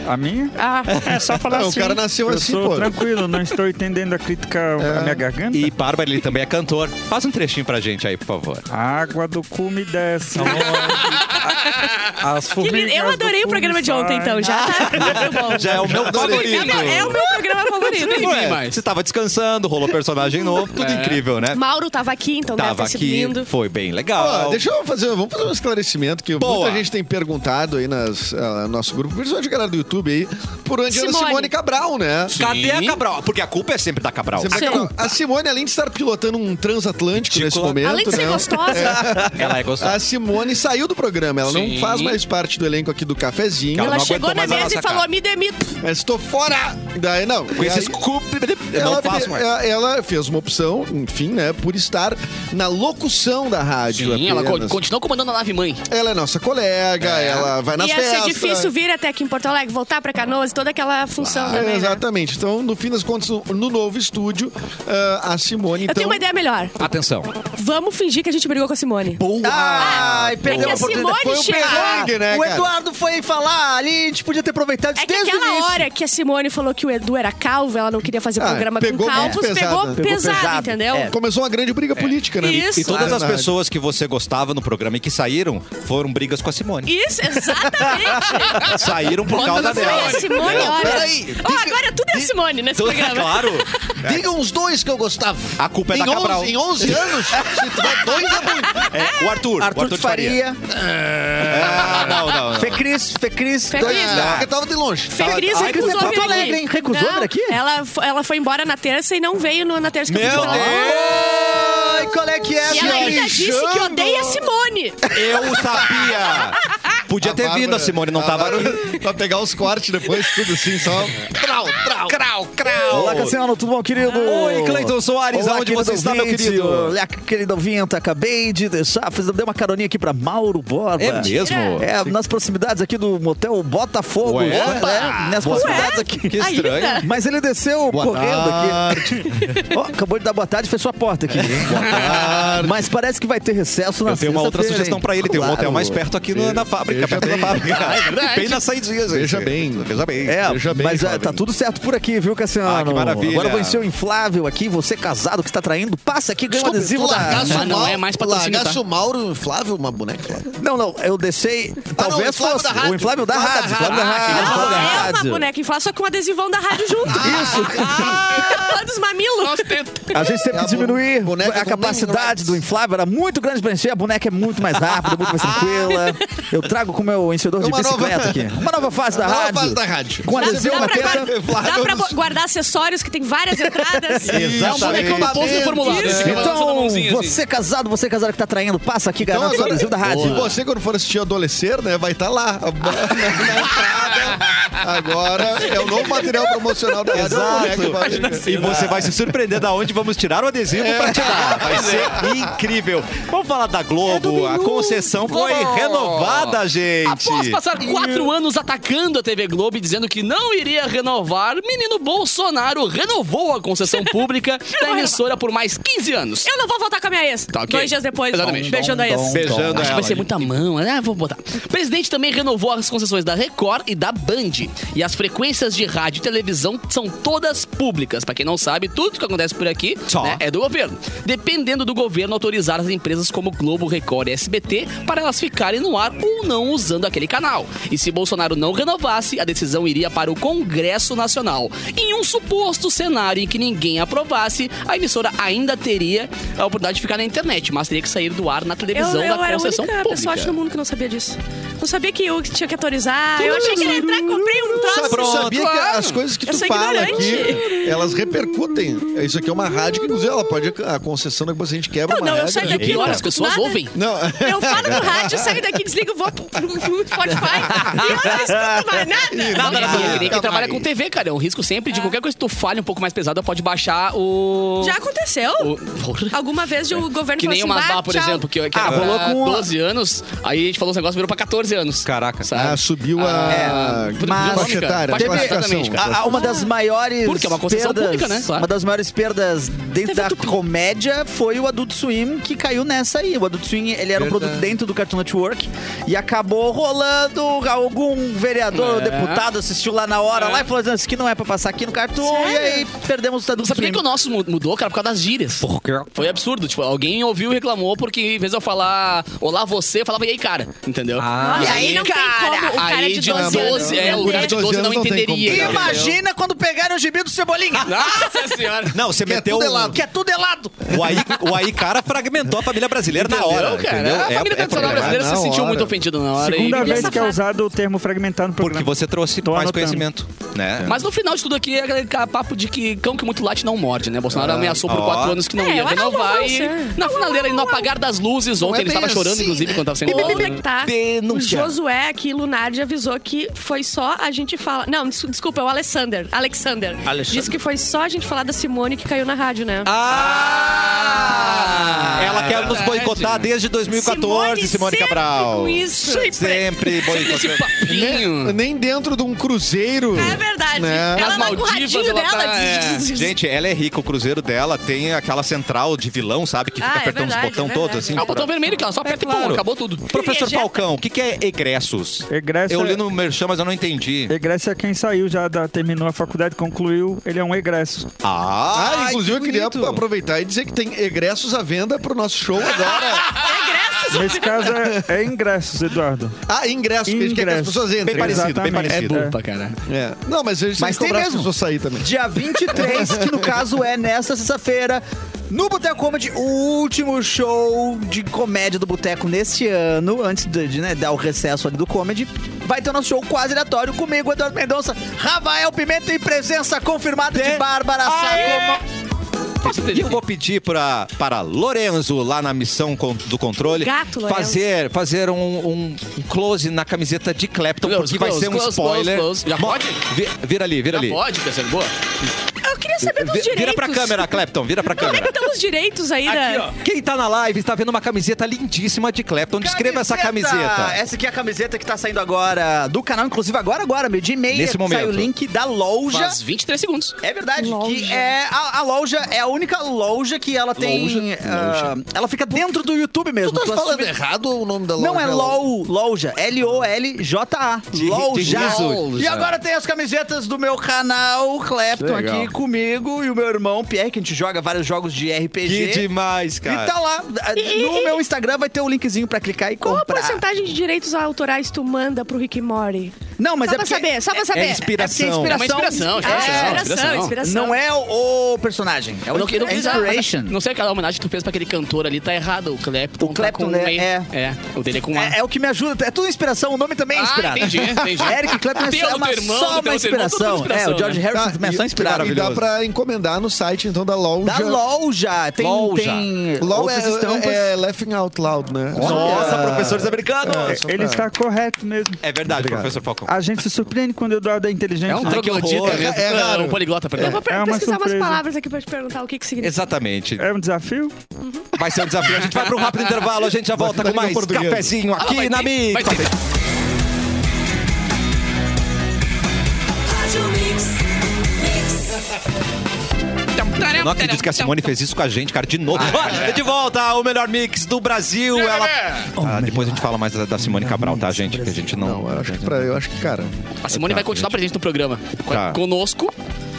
G: A minha?
E: Ah,
G: É só falar
A: Ah, o
G: assim.
A: cara nasceu
G: eu
A: assim,
G: sou
A: pô.
G: tranquilo, não estou entendendo a crítica à minha garganta.
C: E Bárbara, ele também é cantor. Faz um trechinho pra gente aí, por favor.
G: A água do cu me desce. As
E: que
G: formigas
E: lindo. eu adorei
G: do
E: o
G: cu
E: programa
G: me
E: de ontem,
G: saem.
E: então. Já tá muito bom.
C: Já é o meu
E: É
C: favorito.
E: meu- É o meu programa favorito.
B: Ué,
C: Ué, você tava descansando, rolou personagem novo, tudo incrível, né?
E: Mauro tava aqui, então deve
C: Tava
E: ter sido
C: aqui,
E: lindo.
C: foi bem
A: Ó,
C: legal.
A: deixa eu fazer, vamos fazer um esclarecimento que
C: Boa.
A: muita gente tem perguntado aí nas, ah, no nosso grupo, principalmente a galera do YouTube aí, por onde anda
E: Simone.
A: Simone Cabral, né?
C: Cadê a
B: Sim.
C: Cabral? Porque a culpa é sempre da Cabral.
A: Você vai
E: Sim.
A: acabar- A Simone, além de estar pilotando um transatlântico nesse
C: Ridícula.
A: momento,
E: Além de ser
A: né?
E: gostosa,
C: Ela é
A: A
C: gostosa.
A: Simone saiu do programa, ela não
B: Sim.
A: faz mais parte do elenco aqui do cafezinho.
C: Ela
E: ela
C: não
E: chegou
C: aguentou
E: na
C: mais a
E: mesa
C: nossa
E: e falou:
C: cara.
E: me demito.
A: Mas estou fora! Daí não.
C: Com
A: E aí,
C: esses cu... Eu
A: ela,
C: não faço mais.
A: ela- ela fez uma opção, enfim, né, por estar na locução da rádio.
B: Sim, ela co-
A: apenas.
B: continua comandando a nave mãe.
A: Ela é nossa colega,
C: É.
A: ela
H: É
A: vai nas
E: Ia
A: festas.
E: ser é
H: né?
E: difícil vir até aqui em Porto Alegre, voltar pra Canoas, toda aquela função
A: É,
E: também. né?
A: exatamente. Então, no fim das contas, no no novo estúdio, ah, a Simone.
E: Eu
A: então,
E: tenho uma ideia melhor.
H: Ah.
C: Atenção.
E: Vamos fingir que a gente brigou com a Simone.
H: Ai, perdeu
E: é
H: a
E: que a
H: oportunidade.
E: um
H: Ah,
E: Simone
A: Foi o
E: chegou.
A: perrengue, né,
H: o
A: cara?
H: Eduardo foi falar ali, a gente podia ter aproveitado isso
E: É que
H: desde o
E: aquela
H: início.
E: hora que a Simone falou que o Edu era calvo, ela não queria fazer
A: Ah,
E: programa com
A: pegou muito
E: calvos,
A: pesado.
E: pegou,
A: Pegou
E: pesado,
H: pesado,
E: entendeu?
H: é.
A: Começou uma grande briga política, né?
E: Isso.
C: E todas as
A: Verdade.
C: pessoas que você gostava no programa e que saíram foram brigas com a Simone.
E: Isso, exatamente.
C: Saíram por causa
E: Foi
C: dela.
E: a Simone,
A: Não,
E: olha.
A: peraí.
E: Ó, agora tudo é a Simone nesse programa.
C: Claro.
A: ah,
C: É.
A: Digam os dois que eu gostava.
C: A culpa é
A: em
C: da Cabral.
A: 11, em 11 anos, se tiver dois é muito.
C: É, o Arthur.
H: Arthur,
C: o Arthur de Faria. Ah, não, não, não.
H: Fê Cris, Fê Cris.
E: Fê
A: Dois,
E: Cris.
A: não, porque tava de longe.
E: Fê Cris
H: Ai, Cris,
E: recusou
H: é
E: vir
H: Porto
E: aqui.
H: Alegre, hein? Recusou
E: Não,
H: vir aqui?
E: Ela, fo- ela foi embora na terça e não veio no- na terça que eu pedi
C: Meu
E: pra ela.
H: Oi, qual é que é,
E: E ela ainda
A: Alexandre.
E: disse que odeia a Simone.
C: Eu sabia! Podia
A: A
C: ter
A: Bárbara-
C: vindo, a Simone não tava aqui.
A: Bárbara- Pra pegar os cortes depois, tudo assim, só.
B: Crau, crau, crau, crau.
H: Olá, Cassiano, tudo bom, querido?
C: Oi, Cleiton Soares,
H: Olá,
C: aonde você está, meu
H: ouvinte.
C: querido?
H: Olá, querido ouvinte, acabei de deixar, fiz, dei uma caroninha aqui pra Mauro Borba.
C: É mesmo?
H: É, nas proximidades aqui do motel Botafogo.
C: Ué?
H: É, nas proximidades aqui.
C: Que estranho.
E: Ainda.
H: Mas ele desceu correndo
A: tarde.
H: aqui. Ó, acabou de dar boa tarde e fechou a porta aqui. Mas parece que vai ter recesso na
C: Eu tenho uma outra
H: sexta-feira,
C: sugestão
H: hein?
C: pra ele. Tem um
H: Claro.
A: é
C: motel mais perto aqui na, na fábrica, perto da fábrica. bem nas saidinhas.
A: Veja
C: gente.
A: bem.
C: Veja bem.
H: É,
A: Veja bem,
H: mas é,
A: Flávio.
H: tá tudo certo por aqui, viu, Cassiano?
C: Ah, que maravilha.
H: Agora eu vou encher o inflável aqui, você casado que está traindo, passa aqui, ganha um
A: Desculpa,
H: adesivo
A: tu
H: da...
A: largaço
B: Mas não
A: Mau-
B: é mais patrocínio, tá?
A: largaço Mauro Flávio, uma boneca Flávio.
H: Não, não, eu deixei,
A: Ah, o
H: talvez
A: inflável
H: fosse,
A: da rádio. Ah,
H: o inflável da rádio, o inflável da rádio, o inflável da
E: Ela é uma
H: rádio.
E: boneca inflável, só com um adesivão da rádio junto. Isso. Tapando os mamilos.
B: Nós tentamos.
H: A gente teve
A: É a
H: que diminuir
A: bo- boneca
H: a
A: do
H: capacidade
A: Mendes.
H: do inflável, era muito grande pra encher, a boneca é muito mais rápida, muito mais tranquila. Eu trago com o meu enchedor de
A: Uma nova-
H: bicicleta aqui. Uma nova fase da
A: Nova
H: rádio.
A: fase da rádio.
H: Com
E: Dá,
H: adesivo
E: dá
H: na
E: pra,
H: teta.
E: guar- dá pra bo- guardar acessórios que tem várias entradas.
B: É um bonecão no posto do formulário.
A: Isso.
B: Fica balançando a
H: Então,
B: mãozinha, assim.
H: você casado, você casado que tá traindo, passa aqui, garante o adesivo da rádio.
A: se Então, você quando for assistir Adolescer, né, vai estar lá a- na, na entrada. Agora é o novo material promocional da rádio. é
C: Exato.
A: Boneca, vai-
C: E você vai se surpreender da onde vamos tirar o adesivo pra te dar. Vai ser incrível. Vamos falar da Globo. a concessão foi renovada, gente.
B: Após passar quatro anos atacando a TV Globo e dizendo que não iria renovar, menino Bolsonaro Bolsonaro renovou a concessão pública da emissora por mais 15 anos.
E: Eu não vou voltar com a minha ex.
B: Tá, ok.
E: Dois dias depois,
B: Exatamente.
E: beijando a ex.
C: Beijando
B: Acho que
C: ela.
B: vai ser muita mão. Ah, vou botar. O presidente também renovou as concessões da Record e da Band. E as frequências de rádio e televisão são todas públicas. Pra quem não sabe, tudo que acontece por aqui
C: Só.
B: né, é do governo. Dependendo do governo autorizar as empresas como Globo, Record e SBT para elas ficarem no ar ou não usando aquele canal. E se Bolsonaro não renovasse, a decisão iria para o Congresso Nacional. Em um suposto cenário em que ninguém aprovasse, a emissora ainda teria a oportunidade de ficar na internet, mas teria que sair do ar na
E: Eu,
B: televisão
E: eu
B: da
E: era a
B: concessão
E: única
B: pública.
E: pessoa acho, no mundo que não sabia disso. Não sabia que eu que tinha que autorizar. Eu achei que ele ia entrar e comprei um
A: Sabe,
E: troço.
A: tu sabia que
B: claro.
A: as coisas que
E: Eu
A: tu
E: sou
A: fala
E: ignorante.
A: aqui, elas repercutem. Isso aqui é uma rádio que, inclusive, ela pode. A concessão da que você a gente quebra
E: Não,
A: uma
E: não, eu
A: regra.
E: saio daqui.
B: E
E: não
B: olha, as
E: escuto
B: pessoas
E: nada.
B: ouvem.
A: Não,
E: Eu falo no rádio, saio daqui, desligo, vou pro, pro, pro Spotify e eu não escuto
B: Nada,
E: mais nada.
B: nada,
A: nada.
B: Quem
A: Nunca
B: trabalha
A: mais.
B: com TV, cara, é um risco sempre de qualquer coisa que tu falhe um pouco mais pesada, pode baixar o.
E: Já aconteceu?
B: o-
E: Alguma vez o governo
B: Que nem
E: falou
B: uma
E: assim,
B: vá,
E: "Bah,
B: por
E: tchau."
B: exemplo, que, que
H: Ah, rolou
B: era
H: com uma-
B: 12 anos, aí a gente falou os negócios virou pra 14 anos.
C: Caraca.
A: Ah,
B: Sabe?
A: subiu a
B: Ah,
A: a
B: mas-
A: faixa etária, a
B: Teve-
A: classificação.
B: exatamente, cara.
H: A- a- uma das maiores
B: Porque ah, é uma concessão
H: perdas,
B: pública, né? Claro.
H: Uma das maiores perdas dentro
E: Teve
H: da
E: tudo.
H: comédia foi o Adult Swim que caiu nessa aí. O Adult Swim, ele era um produto dentro do Cartoon Network e acabou rolando algum vereador,
B: É.
H: deputado assistiu lá na hora lá e falou assim, isso aqui não é pra passar aqui no Cartoon e aí perdemos o Adult
B: Sabe por que
H: Swim.
B: que o nosso mu- mudou, cara? Por causa das gírias. Foi absurdo. Tipo, alguém ouviu e reclamou porque, em vez de eu falar olá você, eu falava e aí, cara. Entendeu?
C: Ah.
E: E aí não tem como, o cara
B: aí
E: de 12 anos.
B: é,
E: não
B: o cara
E: tem.
B: de 12 não
A: não tem como.
B: entenderia. entendeu?
H: Imagina quando pegaram o gibi do Cebolinha,
B: Nossa senhora.
C: Não, você
A: Que é
C: meteu.
A: tudo
C: um-
A: helado.
H: que é tudo helado.
C: O aí, o aí, cara, fragmentou a família brasileira na
B: Entendeu,
C: hora.
B: cara?
C: Entendeu?
B: A
C: É,
B: família tradicional
C: problemático.
B: brasileira
A: Na
B: se sentiu
A: hora.
B: muito ofendida na hora.
G: Segunda
B: e-
G: vez que é
E: safado.
G: usado o termo fragmentado no
C: Porque
G: programa.
C: você trouxe
G: Tô
C: mais
G: anotando.
C: conhecimento, né?
B: Mas no final de tudo aqui é aquele ca- papo de que cão que muito late não morde, né? Bolsonaro ameaçou por
C: ó.
B: quatro anos que não
E: É, eu
B: ia
E: acho que não
B: renovar
E: vai
B: e
E: ser.
B: na finaleira, e no apagar das luzes, ontem
A: é
B: ele estava
A: bem
B: chorando,
A: assim,
B: inclusive, quando estava sendo
E: Como é
B: eleito.
E: que tá? O
C: Denúncia.
E: Josué aqui, Lunardi, avisou que foi só a gente falar. Não, des- desculpa, é o Alexander. Alexander.
H: Alexander.
E: Disse que foi só a gente falar da Simone que caiu na rádio, né?
C: Ah! Ela quer nos
B: verdade.
C: boicotar desde 2014, Simone,
E: sempre
C: Cabral.
E: com isso.
C: Sempre
B: Esse
C: boicotando.
A: Nem,
B: papinho.
A: nem dentro de um cruzeiro.
E: É verdade.
A: Né?
B: Nas
E: Ela vai com o
B: Maldivas,
E: radinho
B: ela
E: dela.
B: tá, é.
C: Gente, ela é rica. O cruzeiro dela tem aquela central de vilão, sabe? Que fica
E: Ah, é
C: apertando
E: verdade,
C: os botão
E: é
C: todos,
E: verdade.
C: assim.
B: É o
C: pra-
B: botão vermelho que ela só aperta e
C: claro.
B: pum, acabou tudo.
C: Professor
E: Ejeta.
C: Falcão, o que, que é egressos?
G: Egresso
C: Eu
G: é-
C: li no Merchan, mas eu não entendi.
G: Egresso é quem saiu, já da- terminou a faculdade, concluiu, ele é um egresso.
C: Ah,
A: Ah, inclusive eu
C: que
A: queria
C: bonito.
A: aproveitar e dizer que tem egressos à venda pro nosso show agora.
G: Nesse caso é, é ingressos, Eduardo.
A: ah, ingressos, porque a gente quer que as
G: Ingressos.
A: pessoas entrem.
C: Bem parecido, bem
G: Exatamente.
C: parecido.
G: É.
B: Opa, cara.
A: É. Não, mas eles
H: Mas tem
A: cobrar as
H: mesmo.
A: pessoas sair também.
H: Dia 23, que no caso é nesta sexta-feira, no Boteco Comedy, o último show de comédia do Boteco neste ano, antes de, de, né, dar o recesso ali do comedy. Vai ter o nosso show quase aleatório comigo, Eduardo Mendonça, Rafael Pimenta e presença confirmada de Bárbara Sacoma.
B: Posso ter
C: E eu vou pedir pra, para Lorenzo, lá na missão con- do controle,
E: Gato, Lorenzo.
C: fazer, fazer um, um- um close na camiseta de Clapton,
B: Close,
C: porque vai
B: close,
C: ser um
B: close,
C: spoiler.
B: close, close. Já
C: Mo-
B: pode?
C: Vi- vira ali, vira ali.
B: Tá Pode, Pedro, boa.
E: Eu queria saber dos
C: Vi-
E: direitos.
C: vira pra câmera, Clapton, vira pra
E: Como é que
C: câmera.
E: estão os direitos aí
B: Aqui,
E: da...
B: ó.
C: Quem tá na live está vendo uma camiseta lindíssima de Clapton. Descreva essa camiseta.
H: Essa aqui é a camiseta que tá saindo agora do canal, inclusive agora, agora, meio dia e meia.
C: Nesse
H: Sai
C: momento.
H: o link da loja.
B: Faz 23 segundos.
H: É verdade que
E: Loja.
H: é a, a loja é a única loja que ela tem. ah, Ela fica dentro do YouTube mesmo.
A: Tu tá
H: assiste-
A: falando errado o nome da loja?
H: Não é LOL, loja. L-O-L-J-A. Loja.
C: riso.
H: E agora tem as camisetas do meu canal, Clepton,
A: Legal.
H: aqui comigo e o meu irmão Pierre, que a gente joga vários jogos de RPG.
C: Que demais,
H: e
B: Então,
C: cara.
H: tá lá. No meu Instagram vai ter o linkzinho pra clicar e
E: Qual a
H: comprar.
E: porcentagem de direitos autorais tu manda pro Rick Mori?
H: Não, mas
E: Só
H: é
E: pra
H: porque-
E: saber, só pra saber.
C: é inspiração.
H: É porque
B: É uma
E: Ah,
B: inspiração, inspiração, inspiração.
H: Não é o, o personagem. É o
B: Eu não, eu não
H: é
B: fiz a-
H: inspiration.
B: Não sei aquela homenagem que tu fez pra aquele cantor ali, tá errado. O Clapton.
H: O Clapton,
B: tá com
H: né?
B: um E.
H: É.
B: É, o dele é com um A.
H: É, é o que me ajuda. É tudo inspiração. O nome também é
B: Ah,
H: inspirado.
B: entendi, entendi.
H: Eric Clapton é
B: Tem
H: só
B: o
H: uma,
B: teu irmão,
H: só
B: tem
H: uma
B: o teu irmão, tudo
H: inspiração. É, o
B: inspiração,
H: George
B: né?
H: Harrison
A: Tá,
H: também é só
A: e-
H: inspirado.
A: E dá
C: Maravilhoso.
A: pra encomendar no site, então, da loja.
H: Da loja. Tem,
C: Loja.
H: tem
A: LOL
H: outras estampas.
A: é, é Laughing Out Loud, né?
C: Nossa, professores
B: é
C: americanos.
A: só
G: Ele
A: pra-
G: está correto mesmo.
C: Ah. É verdade, professor Falcão.
G: A gente se surpreende quando o Eduardo é inteligente.
B: É um
G: né?
B: troglodita
C: horror.
B: mesmo.
A: É raro.
B: É, um poliglota,
E: Eu
B: perdão.
E: vou pe-
G: É uma
E: pesquisar
G: surpresa.
E: umas palavras aqui pra te perguntar o que que significa.
C: Exatamente.
G: É um desafio?
C: Vai ser um desafio. A gente vai para um rápido intervalo, a gente já volta
A: ficar
C: com
A: língua
C: mais
A: portuguesa.
C: cafezinho
B: Ah,
C: aqui
B: vai
C: na
B: ter- vai
C: Mix.
B: ter-
I: Rádio Mix. Mix.
C: Eu não acredito que a Simone
B: então,
C: fez isso com a gente, cara, de novo. Olha, De volta, o melhor mix do Brasil. Ela... Ah, depois a gente fala mais da, da Simone Cabral, tá, gente? Que a gente não.
A: Não, é. eu acho que, pra, eu acho que cara.
B: A Simone vai continuar presente no programa. co-
C: Tá.
B: Conosco.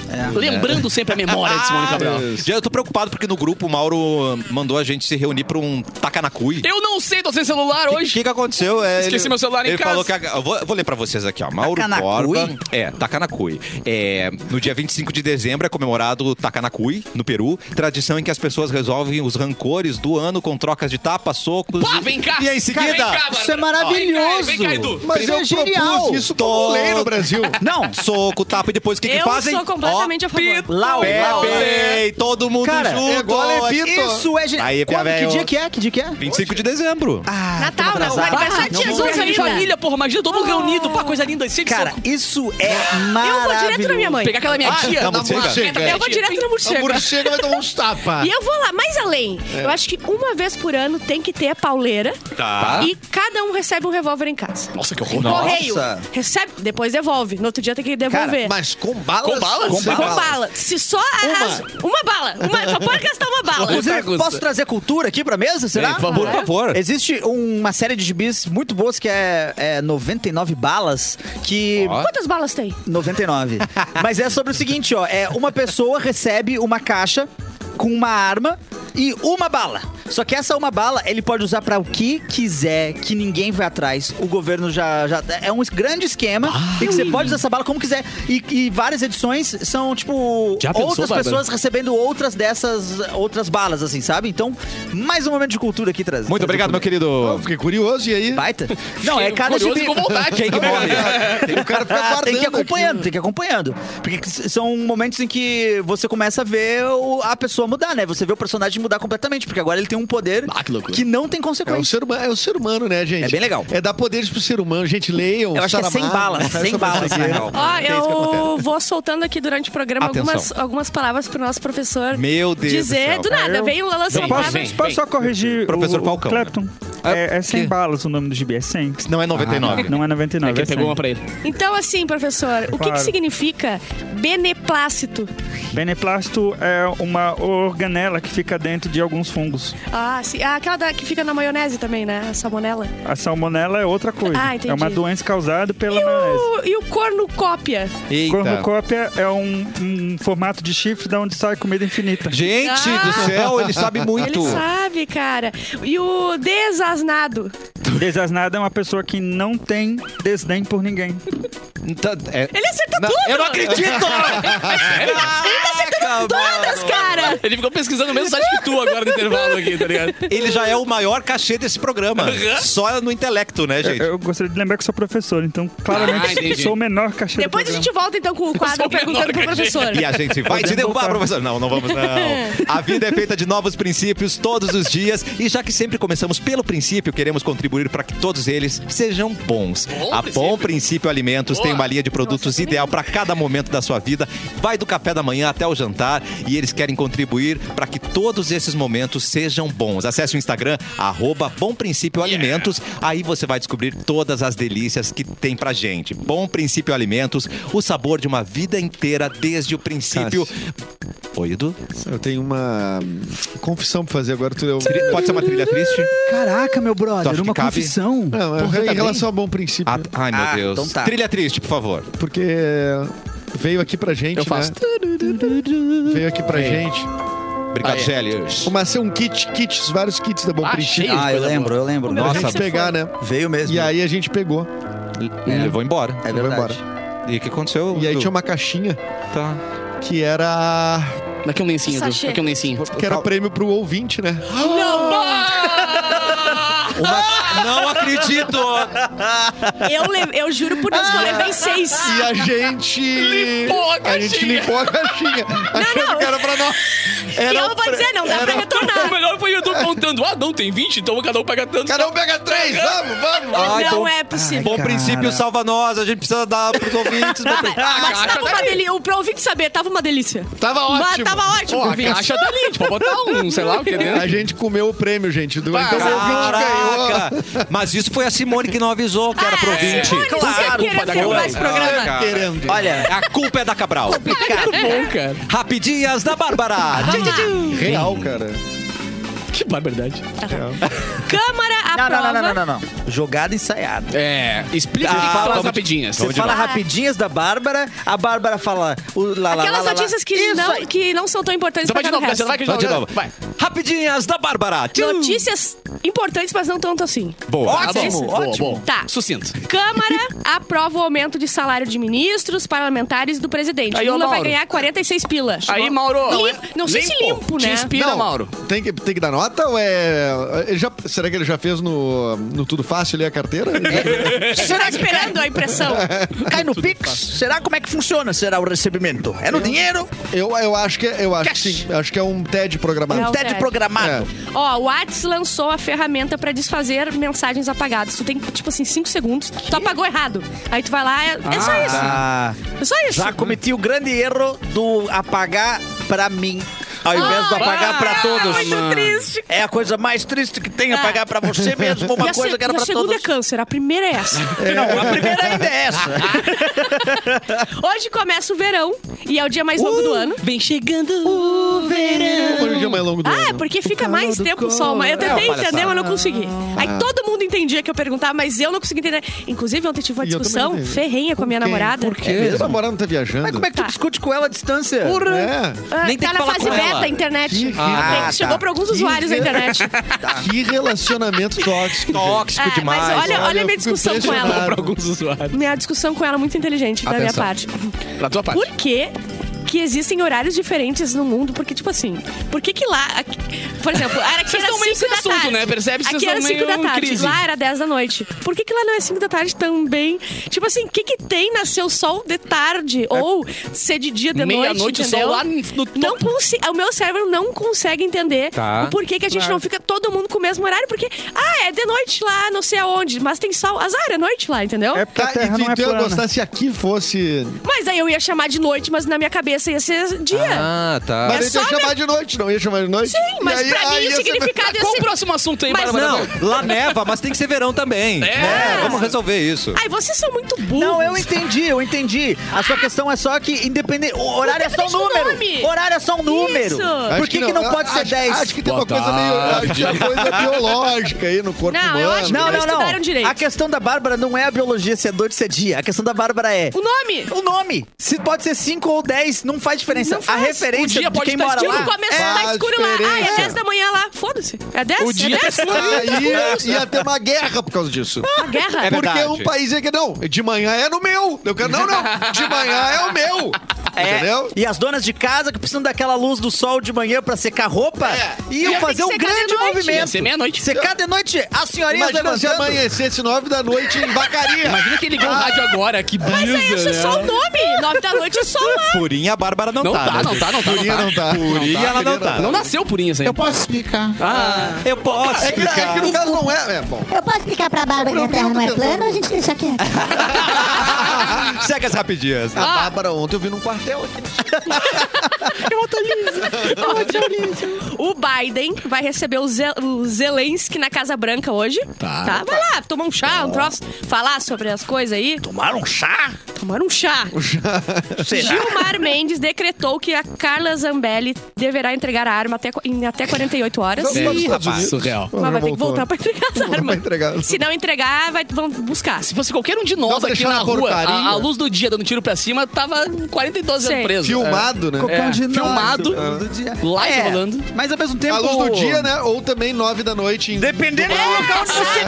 B: É, Lembrando sempre a
C: é
B: memória de Simone Cabral.
C: Já eu tô preocupado porque no grupo o Mauro mandou a gente se reunir pra um taca na cui.
B: Eu não sei, tô sem celular
C: O que,
B: hoje.
C: que aconteceu? É,
B: Esqueci meu celular em
C: ele
B: casa.
C: Falou que a, eu vou, eu vou ler pra vocês aqui, ó. Mauro
H: Takanakui?
C: Borba. É, Takanakui. É, no dia 25 de dezembro é comemorado o Takanakui, no Peru. Tradição em que as pessoas resolvem os rancores do ano com trocas de tapas, socos.
B: Pá,
C: e-
B: vem cá.
C: E em seguida.
B: Vem cá, Bárbara.
H: Isso é
B: Ó,
H: maravilhoso.
B: Vem cá, vem cá, Edu.
A: Mas
H: Isso é
A: eu
H: genial.
A: propus isso como lei no Brasil.
C: Não, soco, tapa e depois o que, que
E: Eu
C: fazem?
E: sou completamente a favor.
C: Ó,
H: Lau, lau,
C: Pepe, todo mundo
H: Cara,
C: junto.
A: é igual a Epito.
H: Isso é genial.
C: Aí,
H: Quando- Que
C: velho.
H: dia que é? Que dia que é? Ah,
C: 25 de dezembro.
A: Ah, tá
E: Natal, não. O
B: Ah,
E: aniversário de Jesus
B: Coisa de
E: ainda.
B: família, porra. Imagina todo mundo reunido. Pá, coisa linda. Cheio de
H: Cara,
B: soco.
H: isso é
E: Eu vou
H: maravilhoso.
E: direto na minha mãe.
B: Pegar aquela minha
A: Ah,
B: tia.
A: não,
B: na
A: morcega.
B: murcheta, minha
E: Eu vou
B: tia.
E: direto na
A: A
E: morcega.
A: morcega vai tomar uns tapas.
E: E eu vou lá mais além. Eu acho que uma vez por ano tem que ter a pauleira.
C: Tá.
E: E cada um recebe um revólver em casa.
B: Nossa, que horror.
H: Nossa.
E: Correio. Recebe, depois devolve. No outro dia tem que devolver.
A: Mas com balas?
B: Com balas?
A: Com
E: Com
A: balas.
E: bala. Se só arrasa. Uma, bala. Uma, só pode gastar uma bala.
H: Inclusive, posso trazer cultura aqui pra mesa? Será? É.
C: Por favor, por favor.
H: Existe um- uma série de gibis muito boas que é, é 99 balas, que...
C: Ó.
E: Quantas balas tem?
H: 99. Mas é sobre o seguinte, ó. É uma pessoa recebe uma caixa com uma arma e uma bala. Só que essa uma bala ele pode usar pra o que quiser, que ninguém vai atrás. O governo já. já é um grande esquema e que você pode usar essa bala como quiser. E, e várias edições são, tipo,
B: Já pensou,
H: outras
B: Bárbara?
H: pessoas recebendo outras dessas outras balas, assim, sabe? Então, mais um momento de cultura aqui traz.
C: Muito obrigado, meu
A: Eu
C: querido.
A: fiquei curioso, e aí?
H: Baita? Não, é
B: Fiquei
H: cada
B: curioso
H: gibi.
B: e com vontade. Quem que morre?
A: O cara fica
H: Ah,
A: guardando.
H: tem que ir acompanhando,
A: aquilo.
H: tem que ir acompanhando. Porque s- são momentos em que você começa a ver o- a pessoa mudar, né? Você vê o personagem mudar completamente, porque agora ele tem um poder
B: Ah, que loucura.
H: que não tem
A: É o,
H: consequência.
A: ser humano, é o ser humano, né, gente?
H: É bem legal.
A: É dar poderes pro ser humano. Gente, leiam.
H: Eu acho que é
A: Saramago,
H: sem balas,
A: sabe,
H: sem
A: sobre
H: balas,
A: isso aqui.
H: na real.
E: Ó,
A: É isso que
E: Ah, eu vou soltando aqui durante o programa
C: Atenção.
E: algumas, algumas palavras pro nosso professor
C: Meu Deus do
E: dizer.
C: céu.
E: Do, nada,
G: Eu-
E: vem o Lala
G: Eu
E: sem
G: posso,
E: palavras.
G: posso só corrigir
C: Professor
G: o,
C: Falcão,
G: o Clapton? É, é 100
C: que?
G: balas o nome do gibi, é 100.
C: Não é 99.
G: Não é 99,
B: É que
G: é,
B: ele pegou
G: 100.
B: uma pra ele.
E: Então, assim, professor, o que, que
G: Claro.
E: significa beneplácito?
G: Beneplácito é uma organela que fica dentro de alguns fungos.
E: Ah, sim. Ah, aquela da- que fica na maionese também, né? A salmonela.
G: A salmonela é outra coisa.
E: Ah, entendi.
G: é uma doença causada pela
E: E
G: maionese.
E: o, e o cornucópia?
C: Ah, Eita.
G: Cornucópia é um, um formato de chifre da onde sai comida infinita.
C: Gente do céu, ele sabe muito.
E: Ah. Ele sabe, cara. E o desasnado?
G: Desasnada é uma pessoa que não tem desdém por ninguém.
C: Então, é-
E: Ele acerta
C: Não,
E: tudo!
C: eu não acredito!
E: tá
C: Caraca,
E: Todas,
C: mano.
E: cara!
B: Ele ficou pesquisando o mesmo site que tu agora no intervalo aqui, tá ligado?
C: Ele já é o maior cachê desse programa. Só no intelecto, né, gente?
G: Eu gostaria de lembrar que sou professor, então
B: Ah,
G: claramente
B: entendi.
G: sou o menor cachê do
E: Depois a
G: programa.
E: gente volta então com o quadro
B: sou o
E: perguntando
B: menor
E: pro
B: cachê.
E: professor.
C: E a gente vai te derrubar, professor. Não, não vamos, não. A vida é feita de novos princípios todos os dias. E já que sempre começamos pelo princípio, queremos contribuir para que todos eles sejam bons.
B: Bom
C: a
B: princípio.
C: Bom Princípio Alimentos tem
B: Boa.
C: uma linha de produtos ideal para cada momento da sua vida. Vai do café da manhã até o jantar. E eles querem contribuir para que todos esses momentos sejam bons. Acesse o Instagram, arroba Bom Princípio Alimentos. Aí você vai descobrir todas as delícias que tem pra gente. Bom Princípio Alimentos, o sabor de uma vida inteira desde o princípio. Oi, Edu.
A: Ah, Eu tenho uma confissão pra fazer agora. Tu, eu...
C: Tri- Pode ser uma trilha triste?
H: Caraca, meu
C: Tu acha
H: brother,
C: que
H: uma
C: cabe?
H: confissão.
A: Não, é
C: Porra, tá
A: em
C: bem?
A: relação a bom princípio. né?
C: Ah, ai, meu
H: Ah,
C: Deus.
H: então tá.
C: Trilha triste, por favor.
A: Porque veio aqui pra gente,
B: Eu faço.
A: né? Veio aqui pra gente.
C: Obrigado,
B: Ah, é.
C: Gélios.
A: Uma ser um kit, kits, vários kits da Bom
B: Ah,
A: Princípio.
B: cheio.
H: Ah, eu
B: Coisa
H: lembro, eu lembro.
A: Pra
C: Nossa,
A: gente pegar, né?
H: Veio mesmo.
A: E aí a gente pegou.
C: Ele levou embora.
H: é
A: Levou
H: verdade.
C: E o que aconteceu?
A: E aí
C: Edu?
A: tinha uma caixinha
C: Tá.
A: que era.
B: Daqui um lencinho, Edu.
E: Sachê.
B: Daqui um lencinho.
A: que era prêmio pro ouvinte, né?
C: Uma- Não acredito!
E: Eu, le- eu juro por
C: Ah!
E: Deus que eu levei seis.
A: E a gente.
B: Limpou a
A: A gente
B: caixinha.
A: limpou a caixinha. achando
E: não.
A: que era pra não.
E: e
A: Era
E: eu
A: um
E: vou
A: pre-
E: dizer, não dá pra
B: O
E: retornar.
B: melhor foi o YouTube contando. Ah, não, tem 20, então cada um pega tanto.
A: Cada um pega três, vamos, vamos.
C: Ah,
E: não
C: então-
E: é possível.
C: Bom
H: Cara.
C: princípio, salva nós. A gente precisa dar pros ouvintes.
E: Ah, mas- mas
B: caixa
E: tava uma
B: tá ali.
E: delícia. Pra ouvinte saber, tava uma delícia.
A: Tava
E: Mas
A: ótimo.
E: tava ótimo.
B: Pô, a caixa tá ali, tipo, botar um, sei lá o que dentro.
A: A gente comeu o prêmio, gente. Do... Então o ouvinte ganhou.
C: Caraca! Mas isso foi a Simone que não avisou que era pro
E: é,
C: ouvinte.
E: Simone, você
B: Claro,
E: querendo
B: culpa da
E: derrubar
B: Cabral.
E: esse programa.
C: Ah,
A: Querendo.
H: Olha,
C: A culpa é da Cabral.
B: Muito bom, cara.
C: Rapidinhas da Bárbara. Tchim, tchim, tchim.
A: Real, cara.
B: Que barbaridade.
E: Câmara
H: não,
E: aprova.
H: não, não, não, não, não. Jogada ensaiada.
B: É, explica o que que
H: fala
B: são as
H: de-
B: rapidinhas.
H: Você fala rapidinhas da Bárbara, a Bárbara fala o lá, lá, lá,
E: Aquelas
H: lá, lá.
E: notícias que
H: Isso
E: não,
H: aí.
E: que não são tão importantes
B: Então vai
E: pra
B: de
E: cada
B: novo,
E: resto.
B: Cassiano, vai que a
C: Vai
B: gente
C: de novo.
B: Vai.
C: Rapidinhas da Bárbara. Tchim.
E: Notícias importantes, mas não tanto assim.
C: Boa.
B: Tá bom,
H: Ótimo,
B: boa,
H: ótimo.
B: boa.
E: Tá.
B: Sucinto.
E: Câmara aprova o aumento de salário de ministros, parlamentares e do presidente.
B: Aí, ô,
E: Lula vai
B: Mauro.
E: ganhar 46 pila.
B: Aí, Mauro.
E: Lim- não sei se limpo,
B: Te
E: né?
B: inspira, Mauro.
A: Tem que, tem que dar nota ou é. ele já- será que ele já fez no, no Tudo Fácil ali a carteira?
E: Você tá esperando a impressão?
H: Cai no Pix? Será como é que funciona? Será o recebimento? É no dinheiro?
A: eu, eu acho que eu acho que sim. Acho que é um TED programado.
E: É
H: É
E: o
H: um
E: TED.
H: TED programado.
E: Ó, o Whats lançou a ferramenta pra desfazer mensagens apagadas. Tu tem, tipo assim, 5 segundos. Tu apagou errado. Aí tu vai lá, é, é só isso.
H: Ah,
E: É só isso.
H: já cometi o grande erro do apagar pra mim, ao invés do apagar pra
E: É
H: todos.
E: Ah, muito triste.
H: É a coisa mais triste que tem, apagar pra você mesmo
E: e
H: uma
E: a, se-
H: coisa que era
E: e a
H: pra
E: segunda
H: todos.
E: é câncer, a primeira é essa.
H: Não, a primeira ainda é essa.
E: Hoje começa o verão e é o dia mais longo do ano.
B: Vem chegando.
A: Hoje o um dia mais longo do
E: Ah, é
A: ano.
E: porque fica mais tempo o sol. Mas eu
C: É uma
E: tentei entender,
C: palhaçada.
E: mas não consegui. Aí todo mundo entendia que eu perguntava, mas eu não consegui entender. Inclusive, ontem tive uma
A: E eu também
E: discussão
A: não entendi.
E: ferrenha com a minha
A: Quem?
E: namorada. É.
A: Por quê? Sua namorada não tá viajando.
H: Mas como é que tu
E: Tá.
H: discute com ela à distância?
E: Porra.
A: É.
E: Ah,
C: Nem tem que
E: tá na
C: falar
E: fase
C: com
E: beta
C: ela.
E: a internet.
A: Que
E: Tem-
H: tá.
E: Chegou pra alguns usuários da internet.
A: Que relacionamento tóxico.
C: Tóxico
E: Ah,
C: demais.
E: mas olha,
A: Olha,
E: olha a minha
A: eu fico
E: discussão com
A: impressionado.
E: ela.
B: Pra alguns usuários.
E: Minha discussão com ela muito inteligente da minha
B: Atenção.
E: parte.
B: Pra tua parte.
E: Por que que existem horários diferentes no mundo? Porque, tipo assim, por que que lá... aqui- por exemplo, era aqui
B: Vocês
E: era
B: estão meio
E: 5
B: sem
E: da
B: assunto,
E: tarde.
B: né? Percebe? Vocês
E: Aqui era
B: estão
E: 5 da
B: meio em
E: tarde,
B: crise.
E: lá era 10 da noite. Por que que lá não é 5 da tarde também? Tipo assim, o que que tem nascer o sol de tarde? Ou ser de dia, de noite,
B: Meia-noite, o sol
E: entendeu?
B: lá no topo.
E: Não consi- o meu cérebro não consegue entender
C: Tá.
E: o porquê que a gente não fica todo mundo com o mesmo horário, porque, ah, é de noite lá, não sei aonde, mas tem sol. Azar, é noite lá, entendeu?
G: É porque
A: Tá,
G: a
A: e
H: então
G: terra
A: tu,
G: não é
A: tu ia
G: plana.
A: gostar se aqui fosse.
E: Mas aí eu ia chamar de noite, mas na minha cabeça ia ser dia.
C: Ah, tá.
E: É
A: Mas
E: só
A: ele ia
E: na-
A: chamar de noite, não ia chamar de noite?
E: Sim, mas
A: E aí-
E: pra mim
A: aí
E: o
A: ia ser-
E: significado ia
B: Qual o
E: ser.
B: próximo assunto aí,
E: Mas
B: Bárbara?
C: Não, lá neva, mas tem que ser verão também.
B: É.
C: Né? Vamos resolver isso.
E: Ai, vocês são muito burros.
H: Não, eu entendi, eu entendi. A sua questão é só que independente. O horário é só um
E: Independente do
H: número.
E: nome.
H: Horário é só um número.
E: Isso.
A: Acho
H: Por que, que não
A: a-
H: pode ser
A: acho-
H: 10?
A: Acho que tem
C: Boa
A: uma coisa meio. Acho que tem uma coisa biológica aí no corpo
E: Não,
A: humano.
E: eu acho que
H: Não,
E: não
H: não,
E: estudaram
H: não.
E: direito.
H: A questão da Bárbara não é a biologia se é noite se é dia. A questão da Bárbara é
E: O nome!
H: o nome. Se pode ser 5 ou 10, não faz diferença.
E: Não faz.
H: A referência
B: O dia
H: de
B: pode
H: quem
B: tá
H: mora
E: Tipo,
H: lá.
E: começou a
A: faz
E: tá escuro lá. Ah, é
A: diferença.
E: 10 da manhã lá. Foda-se. É 10?
B: O dia
E: é 10?
A: Aí ia ter uma guerra por causa disso.
E: Uma guerra.
C: É
A: Porque
C: verdade.
A: um país ia que não, de manhã é no meu. Eu quero, não, não, de manhã é o meu.
H: É,
A: Entendeu?
H: E as donas de casa que precisam daquela luz do sol de manhã pra secar roupa
A: É.
H: iam
E: Ia ter que
H: fazer um
E: secar de
H: grande
E: noite.
B: Ia
H: movimento.
B: ser é meia-noite.
H: Secar de noite, as senhorinhas
A: Imagina se
H: tá levantando.
A: amanhecesse nove da noite em vacaria.
B: Imagina que ligou o rádio agora, que brisa,
E: Mas aí eu acho
B: né?
E: só um- o nome. 9 da noite é só lá.
C: Purinha, a Bárbara não,
B: Não
C: tá.
B: tá,
C: né,
B: não
C: gente?
B: tá, não tá, não
A: Purinha
B: tá.
A: não tá.
C: Purinha, ela não tá.
B: Não nasceu purinha ainda.
I: Eu posso explicar.
B: Ah,
C: Eu posso
A: É que, é que
C: explicar.
A: no caso não é. É bom.
F: Eu posso explicar pra Bárbara que a Terra não é plana ou a gente deixa quieto?
C: Segue as rapidinhas.
A: A Bárbara ontem eu vi num quartel aqui.
E: O Biden vai receber o, Ze- o Zelensky na Casa Branca hoje. Tá. Vai lá, tomar um chá, um troço, falar sobre as coisas aí.
H: Tomaram chá?
E: Tomar um chá. Gilmar Mendes decretou que a Carla Zambelli deverá entregar a arma até, qu- em até 48 horas.
A: Vamos lá nos
B: Ih,
A: Estados
B: É, rapaz,
A: Unidos.
B: surreal.
E: Mas vai ter que
A: Voltou.
E: voltar pra entregar as
A: Vai
E: armas.
A: entregar.
E: Se não entregar, vai, vão buscar.
B: se fosse qualquer um de
A: Dá
B: nós
A: pra
B: aqui
A: deixar
B: na
A: na
B: rua,
A: porcaria.
B: a, a luz do dia dando tiro pra cima, tava 42
E: Sim.
B: anos preso.
A: Filmado, né?
B: É, filmado,
H: Do dia. tá É.
B: live rolando.
H: Mas ao mesmo tempo.
A: Ah. A luz do dia, Ah, né? Ou também nove da noite. Em...
G: Dependendo do local onde você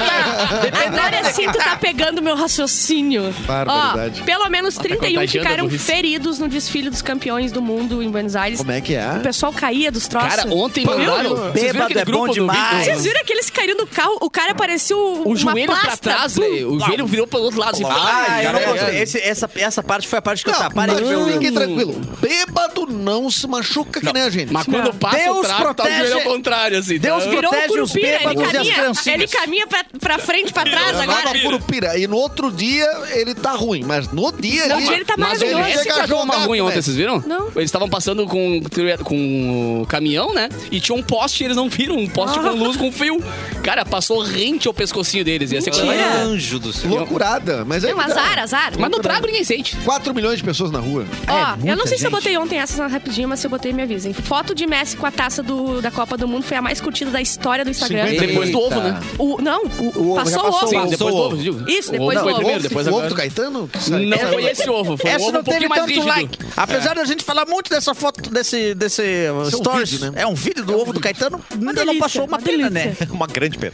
E: Agora sim tu tá pegando meu raciocínio.
A: Barbaridade.
E: Ó, pelo menos
B: contagiando
E: 31
B: a
E: ficaram
B: burrice.
E: feridos no desfile dos campeões do mundo em Buenos Aires.
A: Como é que
E: O
A: é?
E: pessoal caía dos troços.
B: Cara, ontem
E: Viu?
B: mandaram. Vocês viram
H: Bêbado
B: aquele
H: é
B: grupo
H: bom
B: do
H: demais.
B: vídeo?
E: Vocês viram que eles caíram do carro? O cara parecia um-
B: O
E: uma
B: joelho pra
E: plasta.
B: trás,
E: Pum.
B: né? O joelho virou pro outro lado. Assim,
H: Ah, eu não
B: é,
H: gostei. Esse- essa, essa parte foi a parte que eu
A: Não,
H: tava. Para aí,
A: mas
H: meu
A: fiquem
H: Deus.
A: tranquilo. Bêbado não se machuca, que nem a gente.
B: Mas quando passa o
H: Deus
B: trapo, tá o joelho
H: protege-
B: ao contrário, assim.
H: Deus
B: tá?
E: Virou um
H: Protege os
E: curupira, ele
H: bêbados e as
E: caminha,
H: criancinhas.
E: ele caminha pra, pra frente, pra trás
A: Vai lá
E: agora.
A: na Curupira. E no outro dia ele tá ruim, mas no dia
E: No
A: ele.
E: dia ele tá
B: Mas o
E: maravilhoso.
A: Ele
B: Messi
A: chega a
B: cagou uma
A: jogar,
B: tá ruim um ontem,
A: né?
B: vocês viram?
E: Não.
B: Eles estavam passando com, com caminhão, né? E tinha um poste e eles não viram. Um poste
E: Ah.
B: com luz, com fio. Cara, passou rente ao pescocinho deles. E a
E: Mentira.
B: segurança...
C: Anjo do céu.
A: Loucurada. Mas é.
E: Tem um azar, azar.
B: Mas É, no trago ninguém sente.
A: 4 milhões de pessoas na rua.
E: Ó, eu não sei se eu botei ontem essas na rapidinho, mas se eu botei, me avisem. Foto de Messi com a taça do- da Copa do Mundo foi a mais curtida da história do Instagram.
A: Cinquenta-
B: Depois do ovo, né?
E: O, não, o-
H: O ovo
E: passou
H: já
E: o ovo.
H: passou,
B: Sim,
H: Passou
B: depois do
H: o
B: ovo, Gil. O
E: Isso,
B: ovo
E: depois do
B: foi
E: ovo.
B: primeiro, depois
A: o
B: agora.
A: ovo do Caetano? Que sai-
B: Não
A: que sai-
B: foi esse ovo, foi um
H: Essa
B: ovo
H: não
B: um pouquinho
H: teve
B: mais
H: tanto
B: rígido. É.
H: like. Apesar da gente falar muito dessa foto, desse, desse uh,
A: é um
H: stories.
A: vídeo, né?
H: É um vídeo do ovo do Caetano, ainda não
E: delícia,
H: passou uma
E: uma
H: pena, né?
E: delícia.
C: Uma grande pena.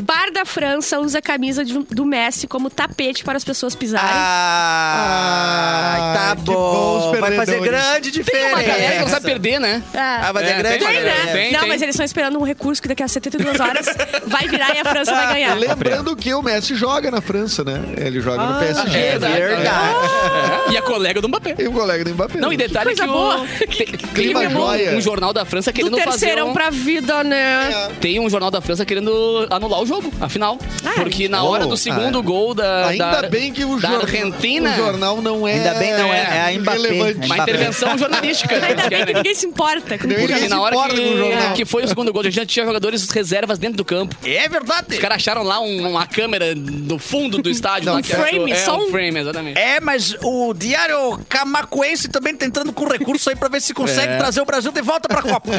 E: Bar da França usa a camisa de- do Messi como tapete para as pessoas pisarem.
H: Ah,
A: Ah,
H: tá
A: que
H: bom.
A: bons
H: Vai fazer
A: perdedores.
H: grande
B: Tem
H: diferença.
B: uma galera que não sabe perder, né?
E: Ah.
H: Ah, vai ter
B: É,
H: grande
B: tem,
E: Tem, né?
H: diferença.
B: tem,
E: não,
B: tem.
E: mas eles estão esperando um recurso que daqui a 72 horas vai virar e a França vai ganhar.
A: É, Lembrando que o Messi joga na França, né? Ele joga no PSG.
B: é
A: né?
H: Verdade.
B: É. E a colega do Mbappé.
A: E o colega do Mbappé.
B: Não, e
A: né?
B: detalhe que,
E: coisa
B: o-
E: boa.
B: tem-
A: clima
B: tem um-
A: joia.
B: um jornal da França
E: Do
B: querendo fazer
E: terceirão
B: um...
E: pra vida, né?
H: É.
B: Tem um jornal da França querendo anular o jogo, afinal.
E: Ah,
B: porque na
A: oh,
B: hora do segundo gol da,
A: É, Ainda
B: da-
A: bem que o,
B: da
A: jor-
B: Argentina,
A: o jornal não é.
H: Ainda bem não é, é a Mbappé.
A: relevante.
B: uma
H: Mbappé.
B: intervenção jornalística. né,
E: Ainda bem
B: cara?
E: que ninguém se importa com
A: Ninguém
E: isso.
B: Porque
A: se
B: na hora
A: importa com o jornal.
B: que, que foi o segundo gol, a gente já tinha jogadores reservas dentro do campo.
H: É verdade.
B: Os caras acharam lá um- uma câmera no fundo do estádio.
E: Não,
B: lá
E: um
B: que era-
E: frame,
B: é,
E: só
B: um
E: um-
B: frame, exatamente.
H: É, mas o Diário Camacuense também tá entrando com recurso aí pra ver se consegue
B: É.
H: trazer o Brasil de volta pra Copa.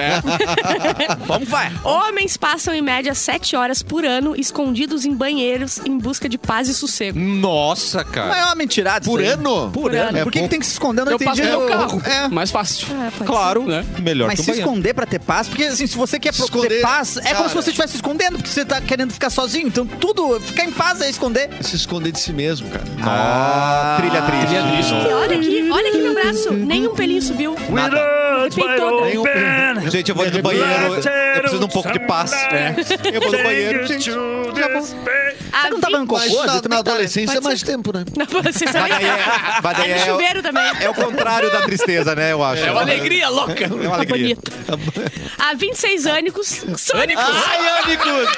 H: Vamos, vai.
E: Homens passam em média 7 horas por ano escondidos em banheiros em busca de paz e sossego.
C: Nossa,
H: Mas
C: cara.
H: é uma mentirada. isso
A: Por
H: aí.
A: ano?
H: Por ano.
A: É
H: Por que, que
A: pouco.
H: tem que se esconder? Eu não
B: Eu
H: entendi.
B: passo meu
H: Eu-
B: carro.
A: É.
B: Mais fácil.
E: Ah, pode
C: Claro,
B: Né?
C: melhor
H: Mas
C: que
H: se
C: um banheiro.
H: esconder pra ter paz, porque assim, se você quer pro-
A: Esconder,
H: ter paz, é como
A: cara.
H: se você estivesse se escondendo, porque você tá querendo ficar sozinho. Então tudo, ficar em paz é esconder.
A: Se esconder de si mesmo, cara.
C: Ah, trilha triste.
B: Trilha triste.
E: ser. Olha aqui, olha aqui meu braço. Nenhum pelinho subiu. Limpei toda.
G: um-
A: Nenhum-
C: Gente, eu vou no banheiro. Eu preciso de um pouco de paz. É. Eu vou no banheiro, gente.
E: A
H: Você não tava
E: vi-
H: no
A: Mas
H: cocô?
A: na,
H: Você
A: na
H: também tá-
A: adolescência é mais tempo, né?
E: Não, vocês sabem.
C: Mas daí é- mas daí
E: É no
C: é-
E: chuveiro também.
C: É o contrário da tristeza, né? Eu acho.
B: É uma alegria louca.
C: É uma alegria.
E: Bonito. Ah, Há 26 ânicos. Sônicos!
C: Ai, Anicus!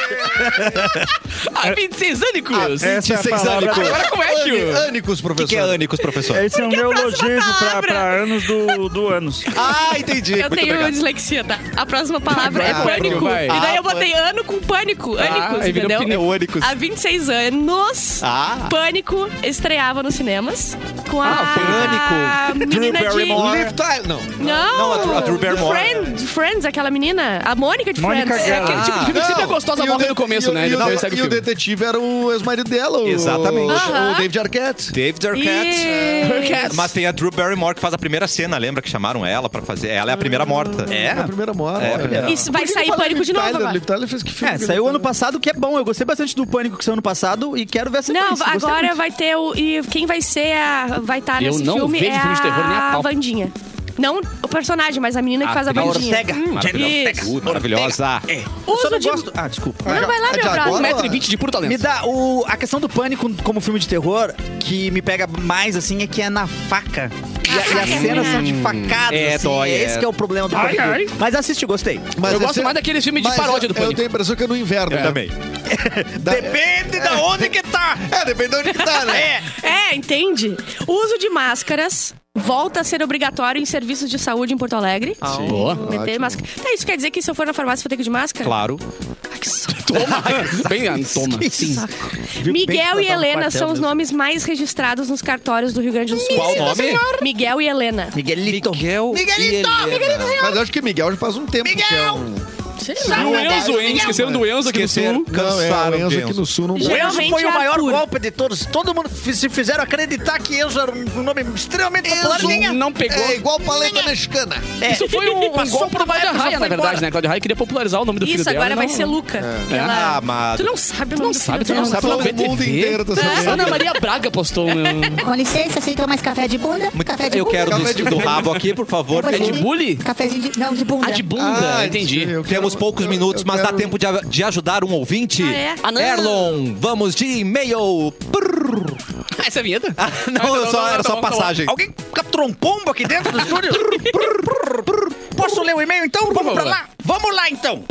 B: Há 26 anos.
G: Essa é a
C: 26
G: palavra
C: anos.
G: do-
B: Agora como é que o-
A: Ânicos,
C: O que,
A: professor.
C: que é Anicus, professor?
G: Esse é um neologismo pra, pra anos do, do anos.
C: Ah, entendi.
E: Eu
C: Muito
E: tenho
C: obrigado.
E: dislexia, tá? A próxima palavra é
B: Ah,
E: pânico.
B: vai.
E: E daí eu
C: Ah,
E: botei ano com pânico. Ânicos,
B: aí virou
E: entendeu?
B: pneu.
C: O Anicus.
E: Há 26 anos,
C: Ah.
E: Pânico estreava nos cinemas com a,
C: Ah,
E: a menina
C: Drew
E: de...
C: Barrymore.
A: Live time. Não.
E: Não,
C: Não, a Drew- a Drew Barrymore.
E: Friends, Friends, aquela menina, a Mônica de
G: Mônica
E: Friends.
G: Geller.
B: Aquele tipo de filme que sempre é gostosa
A: E o
B: morre
A: de-
B: no começo,
A: e o-
B: né?
A: E, o,
B: Depois segue o
A: e o
B: filme.
A: detetive era o ex-marido dela, o,
C: Exatamente.
A: o-
E: Aham.
A: o David Arquette.
C: David Arquette.
E: E...
C: Mas tem a Drew Barrymore que faz a primeira cena, lembra que chamaram ela pra fazer? Ela é a primeira morta.
A: É a primeira morte.
C: É, a primeira.
E: Isso vai sair Pânico de novo agora.
A: Liv Tyler fez que filme?
H: É, saiu ano passado, que é bom. Eu gostei bastante do Pânico que saiu ano passado e quero ver essa
E: Não, agora vai ter o... E quem vai ser a... Vai estar
B: Eu
E: nesse
B: não
E: filme
B: vejo
E: é
B: filme de terror nem a
E: a,
B: pau. Ah, tá.
E: Vandinha. Não o personagem, mas a menina que faz a Hum,
C: Atriz.
E: Vandinha.
H: Ortega.
E: Isso.
C: Maravilhosa. Maravilhosa.
H: Eu só
E: Uso
H: não
E: de...
H: gosto... Ah, desculpa.
E: Não, vai lá, meu
A: Já
E: brother.
A: agora?
B: 1,20m de puro talento.
H: Me dá o, a questão do pânico como filme de terror que me pega mais assim é que é na faca. E, a- e as cenas são de facadas.
C: É,
H: assim,
C: dói,
H: é
C: é.
H: esse que é o problema do pânico.
G: ai.
H: Mas assisti, gostei.
A: Mas é-
B: Eu gosto
A: esse-
B: mais daquele filme de
A: mas
B: paródia do
A: Eu, eu
B: Pânico.
A: tenho a impressão que é no inverno. né?
C: Também.
A: Da-
H: Depende da onde que tá.
A: É, depende de onde que tá, né?
H: É.
E: É, entende? O uso de máscaras volta a ser obrigatório em serviços de saúde em Porto Alegre.
H: Ah,
B: Boa.
E: Meter máscara. Tá, isso quer dizer que se eu for na farmácia vou ter que ir de máscara?
C: Claro.
E: Ah, que saco.
B: Toma. Bem, ah, toma. Sim.
E: Miguel e Helena são os nomes mais registrados nos cartórios do Rio Grande do Sul.
C: Qual o nome?
E: Miguel e Helena.
H: Miguelito.
C: Miguel.
H: Miguelito.
A: Mas eu acho que Miguel já faz um tempo que é um...
E: tá
I: E o Enzo, hein? Esqueceram do Enzo aqui no
C: Esqueceram.
I: sul.
A: Não,
C: Cansaram
A: é, o Enzo
C: de
A: aqui
C: Enzo.
A: no sul não...
H: O Enzo
E: Geralmente
H: foi
E: é
H: o maior
E: Arthur.
H: golpe de todos. Todo mundo fi- se fizeram acreditar que Enzo era um nome extremamente popular.
A: Enzo.
H: Ninguém-
B: Não pegou.
A: É igual paleta mexicana.
H: É.
B: Isso foi um, um
H: Passou
B: golpe
H: por
B: pro Cláudia
H: época,
B: Raia,
H: já
B: na
H: foi
B: verdade,
H: embora.
B: né? Cláudia Raia queria popularizar o nome do filho
E: Isso,
B: dela.
E: agora
B: e
E: vai
B: não-
E: ser Luca.
H: É.
E: Ela-
C: Ah, mas...
E: Tu não sabe
B: Tu
E: o
B: não
E: nome do
B: sabe,
E: filho
B: tu não
E: dela.
B: sabe, tu não
A: Todo
B: vê
A: mundo inteiro
B: TV.
A: tá sabendo.
B: Ana Maria Braga postou um...
F: Com licença, aceitou mais café de bunda?
C: Muito-
F: Café de
C: Eu
F: bunda?
C: quero
A: Café de
C: do, do
A: bunda.
C: rabo aqui, por favor.
F: Café
B: É de bully?
F: Cafézinho de... Não, de bunda.
B: Ah, de bunda, entendi.
A: eu quero-
C: Temos poucos
A: eu-
C: minutos,
A: eu
C: mas dá
A: quero-
C: tempo de, a- de ajudar um ouvinte.
E: Ah, é?
B: Ah, não.
C: Erlon, vamos de e-mail. Prrr.
B: Ah, essa é a vinheta?
C: Ah, não,
B: Ah,
C: só,
B: não,
C: era
B: tá
C: só
B: bom, tá bom.
C: passagem.
H: Alguém capturou um pombo aqui dentro do estúdio? Posso ler o e-mail então? Vamos pra
B: favor.
H: lá? Vamos lá então.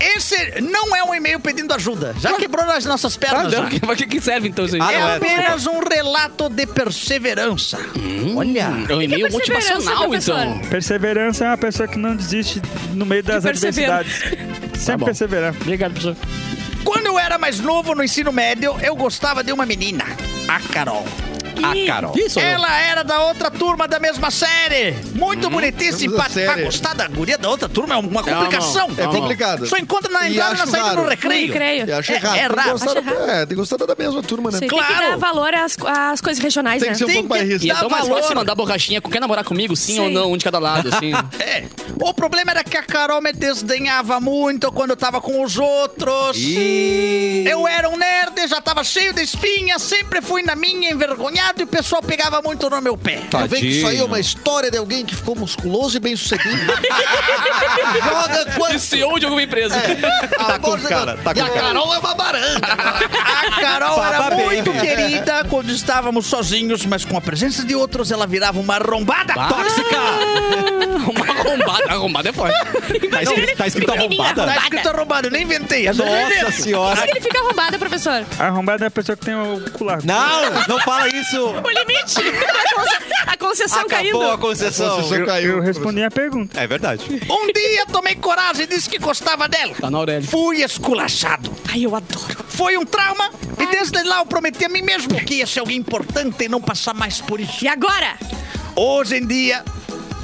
H: Esse não é um e-mail pedindo ajuda. Já quebrou as nossas
B: Ah,
H: pernas.
B: não.
H: já.
B: Pra que que serve, então, isso aí?
C: Ah,
H: É
C: não é.
H: apenas um relato de perseverança. Olha.
B: É um e-mail
E: Que perseverança,
B: motivacional,
E: professor.
B: então.
G: Perseverança é uma pessoa que não desiste no meio das
E: persevera.
G: adversidades. Sempre perseverar.
B: Obrigado, professor.
H: Quando eu era mais novo no ensino médio, eu gostava de uma menina, a Carol.
C: Ah, Carol.
B: Isso,
H: Ela era da outra turma da mesma série.
B: Hum,
H: Muito bonitinha e
A: temos a
H: simpática. Pra
A: série.
H: gostar da guria da outra turma é uma complicação.
A: É complicado.
H: Só encontra na
A: E
H: entrada e na
A: acho
H: saída
A: raro.
H: do recreio.
E: No recreio.
A: Eu acho
H: É-
A: errado.
H: é
A: Tem que
H: raro,
A: gostar
E: acho
A: da- É, tem que gostar da mesma turma, né?
E: Isso aí, Tem
H: Claro.
E: que dar valor às, às coisas regionais,
A: Tem
E: né?
A: que ser um
H: Tem
A: pouco
H: que-
A: mais
B: E
A: rígido.
B: é
H: Dá
B: tão mais
H: valor.
B: fácil mandar borrachinha com quer namorar comigo, sim, ou
E: Sim.
B: não, um de cada lado, assim.
H: É. O problema era que a Carol me desdenhava muito quando eu tava com os outros. Eu era um nerd, já tava cheio de espinha, sempre fui na minha envergonhado e o pessoal pegava muito no meu pé.
A: Tá vendo que isso aí é
C: Tadinho.
A: uma história de alguém que ficou musculoso e bem sucedido. Joga
B: E
A: quanto?
B: CEO de alguma empresa.
A: Tá
C: com cara, tá
A: E
C: com
A: a
C: cara.
A: Carol é uma baranga.
H: A Carol era
C: Baba bem.
H: muito querida quando estávamos sozinhos, mas com a presença de outros ela virava uma arrombada tóxica.
B: Uma arrombada. Arrombada é forte.
C: Tá escrito, tá escrito arrombada? Tá
H: Tá escrito arrombada, eu nem inventei. eu só
C: Nossa
H: inventei.
E: O que
C: senhora.
E: significa arrombada, professor?
G: Arrombada é a pessoa que tem o cu largo.
C: Não, não fala isso.
E: O limite! A conce- A concessão
C: Acabou a
E: caindo.
C: concessão.
A: Você
G: Eu respondi a pergunta.
C: É verdade.
H: Um dia tomei coragem e disse que gostava dela.
B: Tá na Aurélia.
H: Fui esculachado.
E: Ai, eu adoro.
H: Foi um trauma e desde lá eu prometi a mim mesmo que ia ser alguém importante e não passar mais por isso.
E: E agora?
H: Hoje em dia,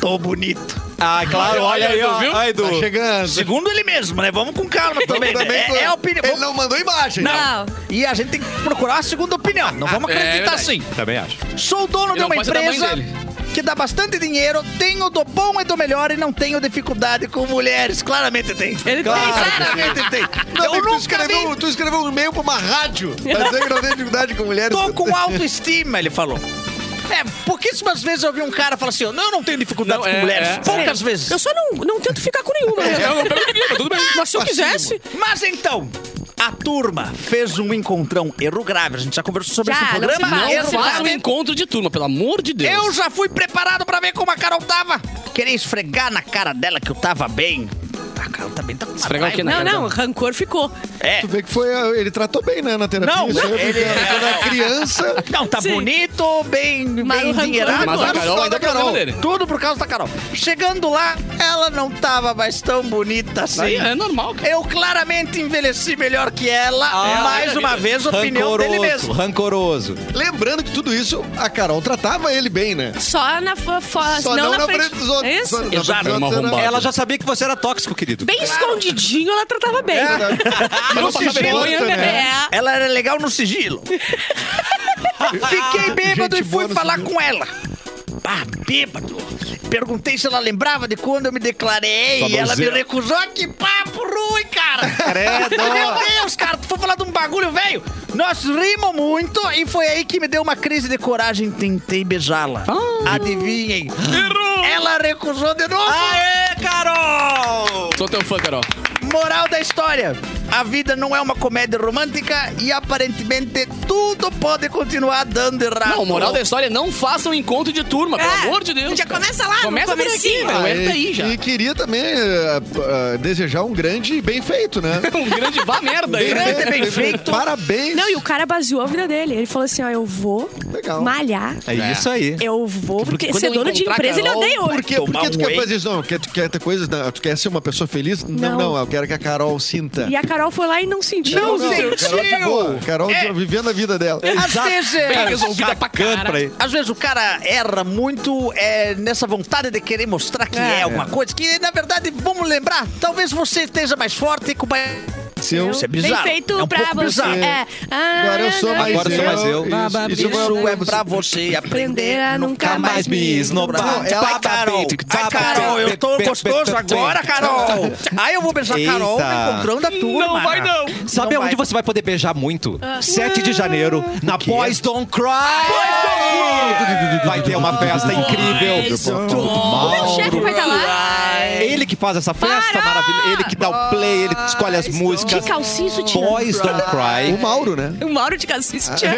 H: tô bonito.
C: Ah, claro, olha aí, ó.
B: viu?
C: Aí, Edu.
A: Tá chegando.
H: Segundo ele mesmo, né? Vamos com calma também.
A: Eu
H: né?
A: também tô-
H: É, é a opinião.
A: Ele não mandou imagem.
E: Não.
H: E a gente tem que procurar a segunda opinião. Ah, Não vamos
B: É
H: acreditar
B: verdade.
H: assim.
C: Também acho.
H: Sou dono
B: Ele
H: de
B: não
H: uma
B: pode ser da mãe
H: empresa
B: dele.
H: que dá bastante dinheiro, tenho do bom e do melhor e não tenho dificuldade com mulheres. Claramente tem.
E: Ele tem.
H: Claramente tem.
A: Não,
H: Eu
A: mas tu,
H: nunca vi.
A: escreveu, tu escreveu um e-mail pra uma rádio. Mas que não tem dificuldade com mulheres.
H: Tô com autoestima, ele falou. É, pouquíssimas vezes eu vi um cara falar assim, eu não, não tenho dificuldade
B: Não,
H: com
B: é,
H: mulheres.
B: é.
H: Poucas vezes.
E: Eu só não, não tento ficar com nenhuma. né?
B: Eu não pego ninguém, mas tudo bem.
E: Mas se eu quisesse.
H: Mas então, a turma fez um encontrão erro grave. A gente já conversou sobre
E: Já,
H: esse
E: não
H: programa. é
E: se fala.
H: erro
B: Não faça um
H: grave.
B: encontro de turma, pelo amor de Deus.
H: tá Eu já fui preparado pra ver como a Carol tava. Queria esfregar na cara dela que eu tava bem. A Carol também tá com uma
B: Esfregar o
H: raiva.
B: quê né? na
E: Não,
B: cara
E: não,
B: dela?
E: rancor ficou.
H: É.
A: Tu vê que foi. a- Ele tratou bem, né, na terapia.
H: Não,
A: isso aí, porque
H: ele-
A: Quando era criança.
H: Não, tá
E: Sim.
H: bonito, bem, bem
E: Mas o rancor-
H: endinheirado.
B: Mas a
H: tudo por
B: Carol
H: causa
B: ainda
H: da
B: é problema dele.
H: Tudo por causa da Carol. Chegando lá, ela não tava mais tão bonita
B: Aí
H: assim.
B: é normal, cara.
H: Eu claramente envelheci melhor que ela.
B: Ah,
H: mais uma vez, opinião dele
C: Rancoroso,
H: mesmo.
C: rancoroso.
A: Lembrando que tudo isso, a Carol tratava ele bem, né?
E: Só na fo- fo-
A: Só
E: não, na frente.
A: dos outros.
E: É isso?
A: Só na frente dos
B: Exato, uma
A: outros, era-
B: arrombada.
C: Ela já sabia que você era tóxico, querido.
E: Bem escondidinho, ela tratava bem.
A: Não
B: passa
A: se
B: vergonha,
A: importa, né?
E: É.
H: Ela era legal no sigilo. Fiquei bêbado
A: Gente
H: e fui
A: boa no
H: falar
A: sigilo.
H: com ela. Pá, bêbado. Perguntei se ela lembrava de quando eu me declarei
C: Sua
H: e ela me
C: donzela.
H: recusou. Que papo ruim, cara!
C: Credo.
H: Meu Deus, cara, tu foi falar de um bagulho velho. Nós rimos muito e foi aí que me deu uma crise de coragem. Tentei beijá-la. Adivinhem. Ela recusou de novo.
B: Ah,
C: Aê, Carol!
B: Sou teu fã, Carol.
H: Moral da história: a vida não é uma comédia romântica e aparentemente tudo pode continuar dando errado.
B: Não, moral da história, é não faça um encontro de turma, pelo
E: É.
B: amor de Deus.
E: Já
B: cara.
E: começa lá no
B: Começa por aqui,
E: comecinho.
B: cara. O erro
A: e-
B: tá aí já.
A: E queria também eh, ah, desejar um grande bem feito, né?
B: Um grande vá merda aí. né?
H: Grande bem feito.
A: Parabéns.
E: Não, e o cara baseou a vida dele. Ele falou assim: ó, eu vou
A: Legal.
E: malhar.
C: É isso aí.
E: Eu vou, porque,
B: quando
E: ser
B: eu
E: dono de
B: encontrar a
E: empresa
B: Carol,
E: ele odeia.
A: Por quê? Por
H: Tomar
A: que tu
H: um
A: quer
H: whey.
A: fazer isso? Não, quer, tu quer ter coisas. não, tu quer ser uma pessoa feliz? Não, não,
E: Não.
A: eu quero que a Carol sinta.
E: E a Carol Carol foi lá e não sentiu.
A: Não, não,
E: sentiu.
A: Carol de boa. Carol de- vivendo a vida dela.
H: Às
B: Bem
H: vezes,
B: resolvida pra
C: Canta pra
B: cara.
C: ele.
H: às vezes o cara erra muito é, nessa vontade de querer mostrar que é, alguma coisa. Que, na verdade, vamos lembrar, talvez você esteja mais forte com o
A: Seu-
H: Isso é bizarro.
E: Bem feito
H: é um
E: pra
H: pouco
E: você.
H: bizarro.
E: É. Ah,
A: Agora eu sou
E: não,
A: mais
C: Agora
A: eu.
C: sou mais eu.
A: Isso, isso
H: Isso
A: agora-
H: é pra você aprender a nunca tá mais me
C: esnobar.
H: esnobar. Ai, Carol. Ai, Carol, eu tô gostoso agora, Carol. Aí eu vou beijar a Carol
C: Eita.
H: me encontrando a turma.
B: Não vai não.
C: Sabe
H: Não
C: aonde
H: vai. Ah.
C: você vai poder beijar muito? 7 de janeiro, na Boys Don't Cry. Vai ter uma festa incrível.
E: O meu chefe vai estar lá.
C: Ele que faz essa festa maravilhosa. Ele que dá o play, ele que escolhe as músicas.
E: De calcinha e sutiã.
C: Boys Don't
A: O
C: Cry.
A: Mauro, né?
E: O Mauro de calcinha e sutiã.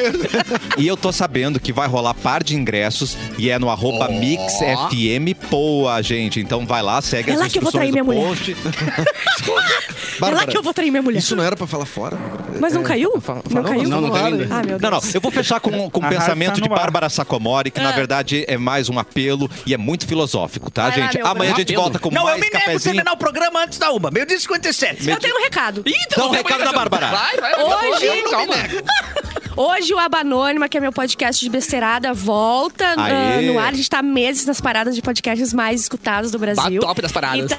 C: E eu tô sabendo que vai rolar par de ingressos e é no arroba MixFM Poa, gente. Então vai lá, segue
E: É
C: as
E: lá que eu vou
C: instruções
E: trair minha
C: do
E: mulher.
C: post.
E: É lá
A: Bárbara,
E: que eu vou trair minha mulher.
A: Isso não era pra falar fora?
E: Mas não caiu? Não caiu?
A: não, não tem ainda.
E: Ah, meu Deus.
C: Não, não, eu vou fechar com, com um
G: A rádio
C: pensamento
G: tá
C: de
G: no ar.
C: Bárbara Sacomori, que na verdade é mais um apelo e é muito filosófico, tá,
E: Ah. Vai lá,
C: gente?
E: meu
C: Amanhã a
B: Bruno.
C: gente volta com
H: Não, eu
C: mais
H: me nego a
C: cafezinho.
H: terminar o programa antes da uma. Meio dia e 57.
E: Eu tenho um recado.
H: Então,
C: Dá um recado da Bárbara.
B: Vai, vai.
E: Hoje-
B: vai, calma.
E: Hoje o Aba Anônima, que é meu podcast de besteirada, volta ah,
C: Aê.
E: no ar. A gente tá há meses nas paradas de podcasts mais escutados do
B: Bah,
E: Brasil.
B: Tá top das paradas.
E: Então-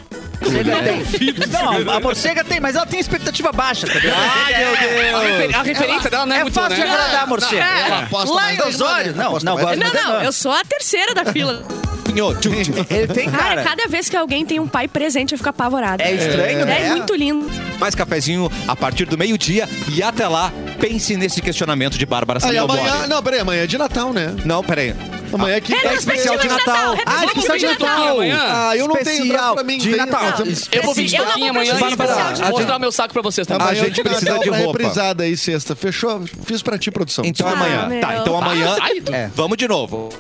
H: Não, a morcega tem, mas ela tem expectativa baixa. Tá ligado?
B: A refer- A referência dela não é
H: é
B: muito
H: fácil de
B: né?
H: agradar a morcega.
E: É.
H: Ela
A: aposta
H: Lá
A: mais
H: em
A: na irmã
H: Osório.
A: dele.
H: né? Não,
A: Aposta
H: não,
A: mais
H: gosto
E: Não,
H: mais
E: não,
H: dela.
E: eu sou a terceira da fila.
H: Ele tem
E: Cara,
H: cara.
E: cada vez que alguém tem um pai presente, eu fico apavorada.
H: É estranho,
E: É,
H: né?
E: muito lindo.
C: Mais cafezinho a partir do meio-dia e até lá, pense nesse questionamento de Bárbara
A: Aí
C: Sacomori.
A: amanhã... Não, peraí, amanhã é de Natal, né?
C: Não, peraí.
A: Amanhã é quinta.
C: especial de Natal.
E: Ah,
H: Ah,
B: Vamos
H: especial de
B: vir
H: Natal.
B: toquinho amanhã.
A: Ah, eu não tenho
H: Especial
A: braço pra mim.
H: de
A: Tem-
H: Natal.
A: Não, tem-
B: Eu vou vir
E: Eu não
B: toquinho
E: vou
B: amanhã
E: participar
B: e
E: desse
B: vou
E: especial de Natal.
B: mostrar meu saco pra
H: Tá
B: vocês também.
A: Amanhã
C: A gente
A: é de
C: precisa
A: Natal
C: de
A: pra
C: roupa.
A: reprisada aí, sexta. Fechou? Fiz pra ti, produção.
C: Então
E: Ah,
C: amanhã.
E: meu.
C: Tá, então amanhã.
B: Ah, ai,
C: É. Vamos de novo.